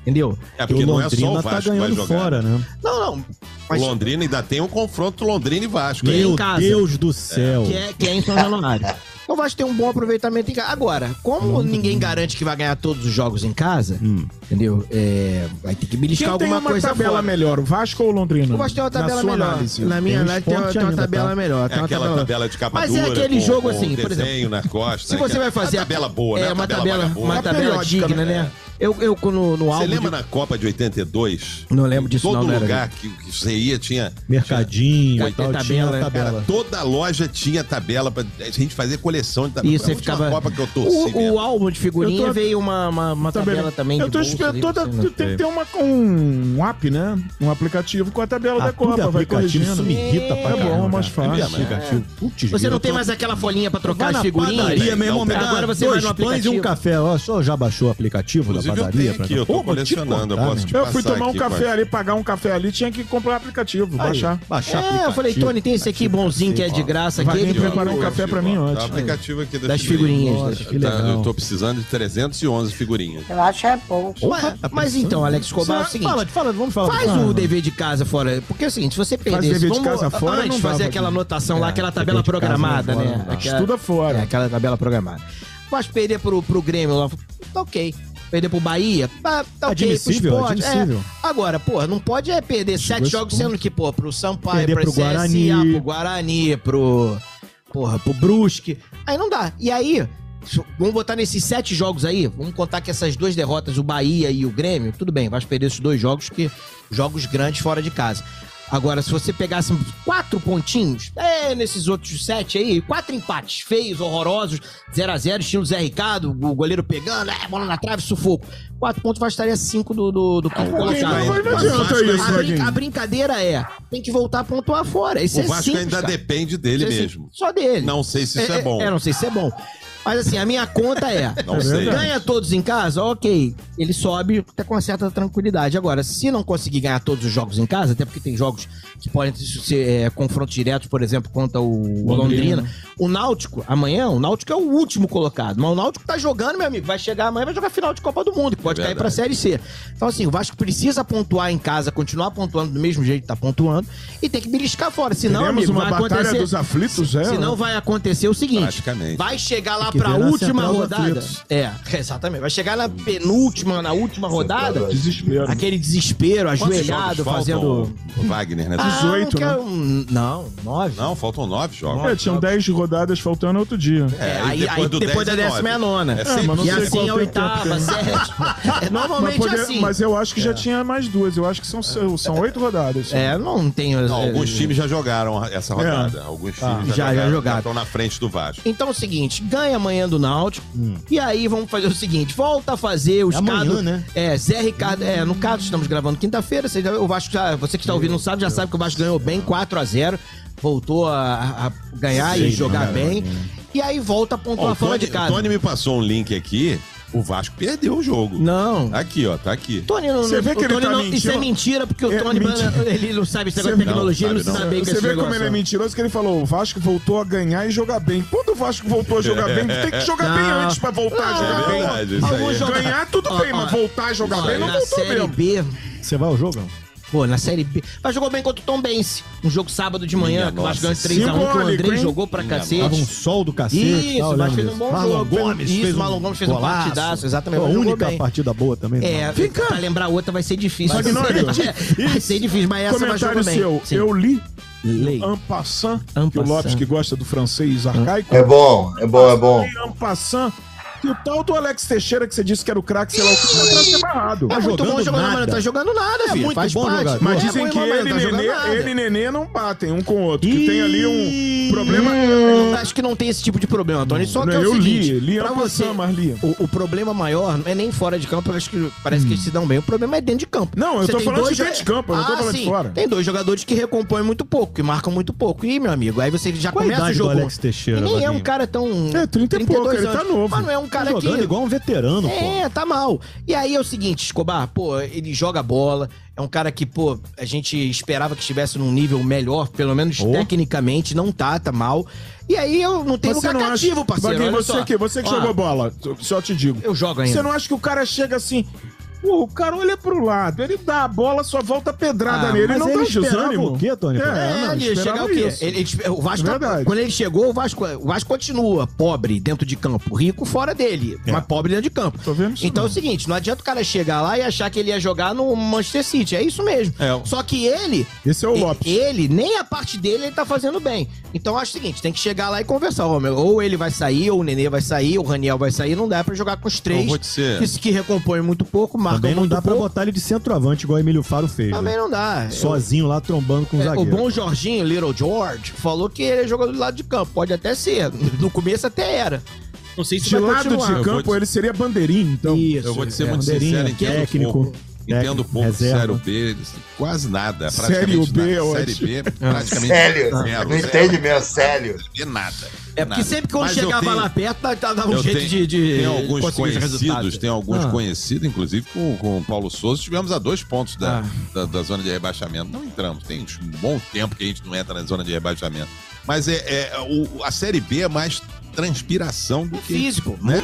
Entendeu? É E porque o não é só Londrina o tá Vasco que vai ganhando jogar. fora, né? Não, não. O Mas Londrina ainda tem um confronto Londrina e Vasco. hein? Meu em casa. Deus do céu. que é, que é em São Januário. Então vai ter um bom aproveitamento em casa. Agora, como ninguém garante que vai ganhar todos os jogos em casa, Hum. entendeu? É, vai ter que beliscar Quem tem alguma uma coisa tabela fora. melhor, o Vasco ou o Londrina? Eu gosto de ter uma Na tabela sua melhor. análise. Na minha Tem uns análise tem, pontos tem uma ainda, tabela tá? melhor. É Tem uma aquela tabela... tabela de capa Então, Mas é dura, aquele com- jogo com assim, por desenho exemplo. nas costas. né? Se você aquela- vai fazer Uma é tabela boa, né? É uma tabela, vagabunda. uma tabela periódica, digna, né? Eu, eu quando no Você álbum. lembra de- na Copa de 82? Não lembro disso, Todo não, não era lugar que, que você ia, tinha. Mercadinho e tal, tinha a Cara, tabela. toda loja tinha tabela pra a gente fazer coleção de tabela. Isso, Foi você a última ficava... Copa que eu torci. o, mesmo. o álbum de figurinha Eu tô- veio uma, uma, uma tabela também de Tá Eu tô bolsa esperando. ali, Toda, você não- tem que ter uma, com um app, né? Um aplicativo com a tabela Ah, da tudo Copa. Vai aplicativo, corrigindo. isso me irrita pra É bom, caramba, é cara. mais É fácil. mesmo, aplicativo. Putz, Você grilo, não eu tem tô- mais aquela folhinha pra trocar Vai as na figurinhas? É, padaria, meu irmão, me dá Agora você vai dois no pães e aplicativo. um café. Ó, só já baixou o aplicativo Inclusive, da eu padaria? tenho aqui, eu tô Pô, vou te colecionando, eu contar, posso meu te irmão. Eu fui passar tomar um aqui, café vai. ali, pagar um café ali, tinha que comprar o aplicativo, Aí, baixar. baixar É, eu falei, Tony, tem esse aqui bonzinho que é de graça. aqui, Vaguinho ele preparou um café pra mim Tá o ontem. aplicativo aqui Das figurinhas, né? das- que Tá, legal. eu tô precisando de 311 figurinhas. Eu acho é pouco. Mas, mas então, Alex Escobar, é o seguinte. Fala, fala, vamos falar. Faz Ah, o dever de casa fora. Porque é o seguinte, se você perder... dever de casa fora, Antes, não dá fazer pra- aquela anotação lá, aquela é dever tabela de casa programada, não dá, né? não dá. Aquela- Estuda fora. É, aquela tabela programada. Mas perder pro, pro Grêmio lá, tá ok. Perder pro Bahia, tá, tá ok. Admissível, pro esporte, admissível. é. Agora, porra, não pode é perder sete esse jogos, ponto. sendo que, pô, pro Sampaio, Perder pra pro CSA, Guarani. pro Guarani, pro... Porra, pro Brusque. Aí não dá. E aí, se- vamos botar nesses sete jogos aí, vamos contar que essas duas derrotas, o Bahia e o Grêmio, tudo bem, vai perder esses dois jogos, que jogos grandes fora de casa. Agora, se você pegasse quatro pontinhos, é, nesses outros sete aí, quatro empates feios, horrorosos, 0 a 0 estilo Zé Ricardo, o goleiro pegando, é, bola na trave, sufoco. Quatro pontos, bastaria cinco do, do, do quinto colocado. ainda- Mas não Mas o adianta Vasco isso, né, A, brin- Vaguinho. a brincadeira é, tem que voltar a pontuar fora. Isso O é Vasco simples, ainda cara. depende dele Isso é mesmo. simples, Só dele. Não sei se isso é, bom. É, não sei se é bom. Mas assim, a minha conta é. Não sei. Ganha todos em casa, ok. Ele sobe até com uma certa tranquilidade. Agora, se não conseguir ganhar todos os jogos em casa, até porque tem jogos que podem ser é, confrontos diretos, por exemplo, contra o Londrina. O Náutico, amanhã, o Náutico é o último colocado. Mas o Náutico tá jogando, meu amigo. Vai chegar amanhã, vai jogar final de Copa do Mundo, que pode cair É Verdade. pra Série C. Então, assim, o Vasco precisa pontuar em casa, continuar pontuando do mesmo jeito que tá pontuando, e tem que beliscar fora. Senão, Teremos amigo, uma vai batalha acontecer. dos aflitos, é? Senão vai acontecer o seguinte: né? Praticamente. vai chegar lá que pra ver na última Central dos rodada. Aflitos. É, exatamente. Vai chegar na penúltima, na última rodada, Desespero. aquele desespero, Quantos ajoelhado, jogos faltam, fazendo. Wagner, né? Ah, não 18, quero- Não, nove. Não, faltam nove jogos. É, tinham 10 rodadas faltando outro dia. É, aí, aí depois, do 10 da é décima é a nove. nona. É sempre mas não e sei qual assim tempo a oitava, tem. sétima. É Mas, normalmente poder- assim. mas eu acho que já tinha mais duas. Eu acho que são, são são oito rodadas. É, não tem. Não, é, alguns times já jogaram É. essa rodada. Alguns Tá. times já- já jogaram. Estão na frente do Vasco. Então é o seguinte, ganha amanhã do Náutico. Hum. E aí vamos fazer o seguinte, volta a fazer os É amanhã, casos- né? É, Zé Ricardo, é, no caso estamos gravando quinta-feira, você já- o Vasco já- você que está ouvindo não sabe, já sabe que o Vasco ganhou bem 4 a 0, voltou a, a ganhar e Sei, jogar né? bem. E aí volta Ó, a pontuar o, fora Tony, Então, de o casa. Tony me passou um link aqui. O Vasco perdeu o jogo. Não. Aqui, ó, tá aqui. Tony não, Você vê o que ele Tony tá não- mentindo? isso é mentira, porque o É, Tony mentira. ele não sabe esse Você negócio de vê- tecnologia, não ele não sabe, sabe não. bem o que é Você esse vê como negócio. ele é mentiroso que ele falou: o Vasco voltou a ganhar e jogar bem. Quando o Vasco voltou a jogar bem, tem que jogar bem Não. antes pra voltar a jogar É bem. verdade, isso Alguns aí. jogos- Ganhar tudo Ó, bem, ó, mas voltar a jogar ó, bem não na voltou Série mesmo. B, Você vai ao jogo? não? Pô, na Série B. Mas jogou bem contra o Tom Bense. Um jogo sábado de manhã, Minha que o Vasco ganhou nossa. 3x1, que Simbólico, o André hein? jogou pra Minha Tava um cacete. sol do cacete. Isso, tal, o Vasco lembra fez um disso? bom Marlon jogo. Gomes Isso, fez um Marlon Gomes fez um golaço. partidaço, exatamente, Foi a mas jogou única bem. partida boa também. É, né? pra lembrar outra vai ser difícil. Vai Magnólia, ser, vai ser difícil, mas essa vai jogar Comentário bem. seu: Sim. É eu li Lei. En passant, En que o Lopes passant. que gosta do francês Hum. arcaico. É bom, é bom, é bom. Em En passant, que o tal do Alex Teixeira que você disse que era o craque, sei lá, o que vai ser barrado. É muito jogando bom jogador, nada. mas não tá jogando É nada, filho. muito Faz bom parte. jogador. Mas É dizem muito que bom, mas ele não e tá jogando Nenê, nada. ele e Nenê não batem um com o outro. Que tem ali um problema. Eu acho que não tem esse tipo de problema, Tony. Só que é o eu li, seguinte, li pra a você, você... mas li. o, o problema maior não é nem fora de campo, eu acho que parece que eles se dão bem. O problema é dentro de campo. Não, eu Você tô tem falando de dois Ah, dentro de campo, eu não tô falando de fora. Tem dois jogadores que recompõem muito pouco, que marcam muito pouco. Ih, meu amigo, aí você já Qual a começa o idade do jogo. Alex Teixeira, e nem é um Vaguinho? cara tão. É, 30 e pouco, 32 ele tá anos. novo. Mas não é um cara Tá jogando que. igual um veterano, pô. É, tá mal. E aí é o seguinte, Escobar, pô, ele joga bola, é um cara que, pô, a gente esperava que estivesse num nível melhor, pelo menos Oh. tecnicamente, não tá, tá mal. E aí eu não tenho Mas lugar cativo, parceiro. Vaguinho, olha você, só. que, você que Ó, jogou bola, só te digo. Eu jogo ainda. Você não acha que o cara chega assim. Pô, o cara olha pro lado, ele dá a bola, só volta pedrada Ah, nele. Ele mas não ele dá esperava desânimo. o quê, Tony? É, É, não, ele ia esperava chegar o quê? isso. Ele- ele- o Vasco, tá- Verdade. quando ele chegou, o Vasco, o Vasco continua pobre dentro de campo, rico fora dele, mas pobre dentro de campo. Tô vendo É. isso então é não. o seguinte, não adianta o cara chegar lá e achar que ele ia jogar no Manchester City, é isso mesmo. É. Só que ele, Esse é o e- Lopes. ele, nem a parte dele ele tá fazendo bem. Então eu acho o seguinte, tem que chegar lá e conversar, ó, meu, ou ele vai sair, ou o Nenê vai sair, ou o Raniel vai sair, não dá pra jogar com os três Eu vou te ser- que, que recompõem muito pouco, Também não muito dá pra pouco. botar ele de centroavante, igual o Emílio Faro fez. Também né? não dá. Sozinho lá trombando com o É, o zagueiro. bom Jorginho, Little George, falou que ele é jogador do lado de campo. Pode até ser. No começo até era. Não sei se De vai lado continuar. de campo, ele seria bandeirinho, então. Isso. Eu vou te ser é, muito bandeirinha, sincero, entendo técnico, pouco. Entendo técnico, pouco de reserva. Série B, quase nada. Série praticamente B, nada. eu Série acho. B, Ah. praticamente Sério? zero, Não zero. entende mesmo, sério. De nada. É porque nada. sempre que eu Mas chegava tenho- lá perto, dá- dava um eu jeito tenho- de, de Tem alguns conseguir esse conhecidos, resultado. tem alguns Ah. conhecidos, inclusive com, com o Paulo Souza, tivemos a dois pontos da, Ah. da, da zona de rebaixamento. Não entramos, tem um bom tempo que a gente não entra na zona de rebaixamento. Mas é, é, o- a Série B é mais transpiração do que. É Físico, né?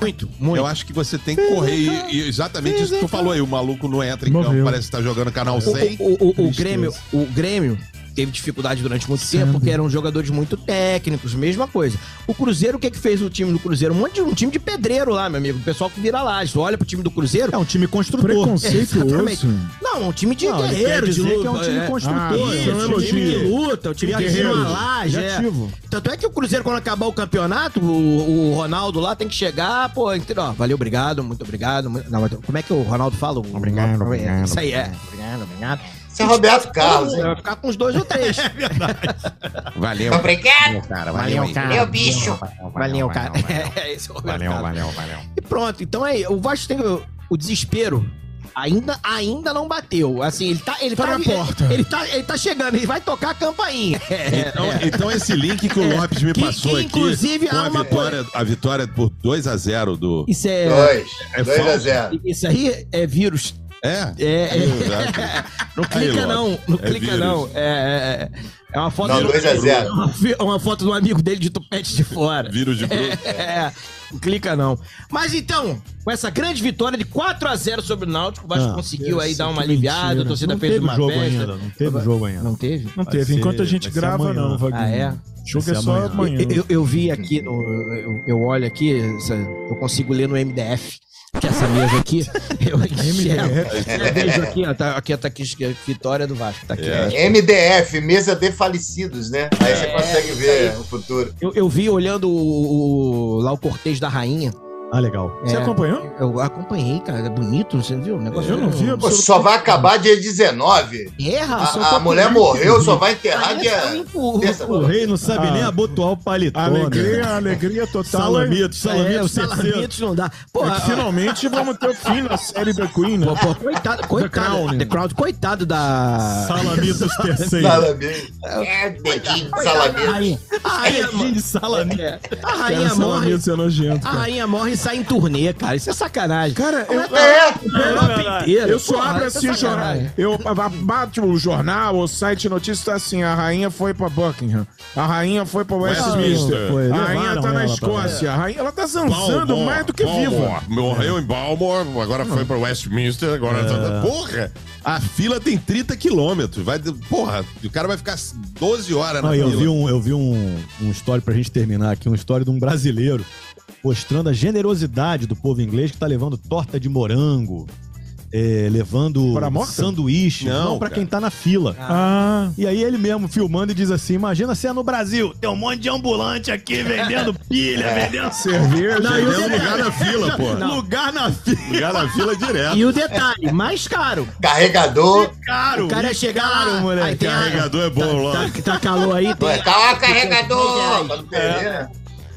Muito, muito. Eu acho que você tem que correr. E, e exatamente isso que tu falou aí. O maluco não entra em campo, parece que tá jogando canal 100. O, o- o- o Grêmio, o Grêmio teve dificuldade durante muito tempo, porque eram jogadores muito técnicos, mesma coisa. O Cruzeiro, o que que fez o time do Cruzeiro? Um monte de um time de pedreiro lá, meu amigo. O pessoal que vira lá. Você olha pro time do Cruzeiro. É um time construtor. Preconceituoso. Não, é um time de Não, ele quer guerreiro, de dizer luta. Ah, que é um time construtor, isso, é um um time de elogio. luta, o time que Guerreiro, cima laje. é. criativo. Tanto é que o Cruzeiro, quando acabar o campeonato, o, o Ronaldo lá tem que chegar, pô, entre, ó, valeu, obrigado, muito obrigado. mu- Não, mas como é que o Ronaldo fala? Obrigado, obrigado, Isso aí é. Obrigado, obrigado. Isso é Roberto Carlos, Vai ficar com uns dois ou três. Valeu. Obrigado. Meu cara, Valeu, valeu, aí. cara. Meu bicho. Valeu, cara. É, esse é o Roberto Valeu, Carlos. valeu, valeu. E pronto, então é o Vasco tem o, o desespero. Ainda, ainda não bateu. Assim, ele tá. Ele tá, na porta. Ele, ele tá, ele tá chegando, ele vai tocar a campainha. Então, então esse link que o Lopes me É, Que- passou que, aqui, inclusive, com há a uma vitória, a vitória por 2x0 do... Isso é. É Dois a falso. zero. Isso aí é vírus. É? É, é. Não Aí, clica, Lopes, não. Não é clica, vírus. não. É, é, é uma foto. Não, do- É dois a zero. Uma, fi- uma foto de um amigo dele de tupete de fora. Vírus de bruto. É, não clica, não. Mas então, com essa grande vitória de 4x0 sobre o Náutico, o Vasco Ah, conseguiu aí isso, dar que uma aliviada, mentira. a torcida Não fez teve uma jogo festa. ainda, não teve jogo ainda. Não teve? Não teve. Enquanto a gente grava, não, Vaguinho. Ah, é? O jogo é só amanhã. Eu, eu- eu vi aqui, no, eu, eu olho aqui, essa- eu consigo ler no MDF. Que é essa mesa aqui, eu enxergo. Eu vejo aqui, ó, tá, aqui, ó, tá aqui, vitória do Vasco, tá aqui. É. ó. MDF, mesa de falecidos, né? Aí você consegue ver o futuro. Eu, eu vi olhando o, o- lá o cortejo da rainha. É. Ah, legal. Você acompanhou? Eu acompanhei, cara. É bonito, você viu? O negócio Eu não vi, Pô, só vai acabar dia 19. Erra, A- Ah, só a tô mulher com- É, morreu, é só vai enterrar Aí um dia- saiu por- terça- O rei não sabe Ah. nem abotoar o paletó, Alegria, né? alegria total. Salamito, É, salamito, o terceiro. Salamitos não dá. Pô, É que a- finalmente vamos ter o fim da série da Queen, né? Pô, pô, coitado, coitado. The Crown, Crown. coitado da. Salamitos terceiro. Salamito. É, dedinho de salamito. Rainha. A rainha, Dedinho de salamito. é, a Cara, rainha morre. Salamito é nojento, A cara. rainha morre e sai em turnê, cara. Isso é sacanagem. Cara, eu, É. É, Eu só abro assim o jornal. Eu ba- bato o jornal, o site notícia tá assim: a rainha foi pra Buckingham, a rainha foi pra Westminster, Foi, a rainha levaram tá na ela pra lá. Escócia, a rainha ela tá zanzando Balmore, mais do que É. Balmore. viva. Morreu em Balmore, agora foi pra Westminster, agora... tá- É. Porra! A fila tem 30 quilômetros. Vai... Porra, o cara vai ficar 12 horas na Não, eu fila. vi um, eu vi um, um story pra gente terminar aqui, um story de um brasileiro mostrando a generosidade do povo inglês que tá levando torta de morango, é, levando Pra morta? sanduíche, Não, não, pra cara. quem tá na fila. Ah, E aí ele mesmo filmando e diz assim: imagina se é no Brasil, tem um monte de ambulante aqui vendendo pilha, É. vendendo cerveja. e o Deu É um lugar na fila, porra. lugar na fila. Lugar na fila direto. E o detalhe, mais caro. Carregador. Caro, O cara ia chegar lá, caro, aí moleque. tem a, Carregador é bom, tá, logo. tá calor aí, tem Ué, Calma, carregador. Pra não perder, né?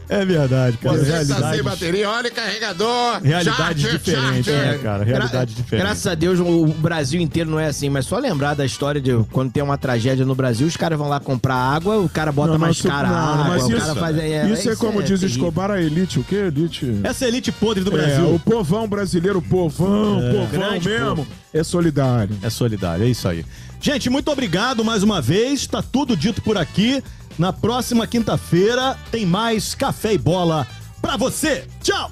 É verdade, cara. Você tá realidade- sem bateria, olha o carregador. Realidades Charger, diferentes, charger. né, cara? Realidade Gra- é, diferente. Graças a Deus o o Brasil inteiro não é assim, mas só lembrar da história de quando tem uma tragédia no Brasil, os caras vão lá comprar água, o cara bota Não, mais isso- cara a não, água, mas o isso- cara faz. Isso é como diz o terrível. Escobar, a elite. O que elite? Essa elite podre do É, Brasil. o povão brasileiro, povão, povão grande mesmo, é solidário. É solidário, é isso aí. Gente, muito obrigado mais uma vez. Tá tudo dito por aqui. Na próxima quinta-feira tem mais café e bola pra você. Tchau.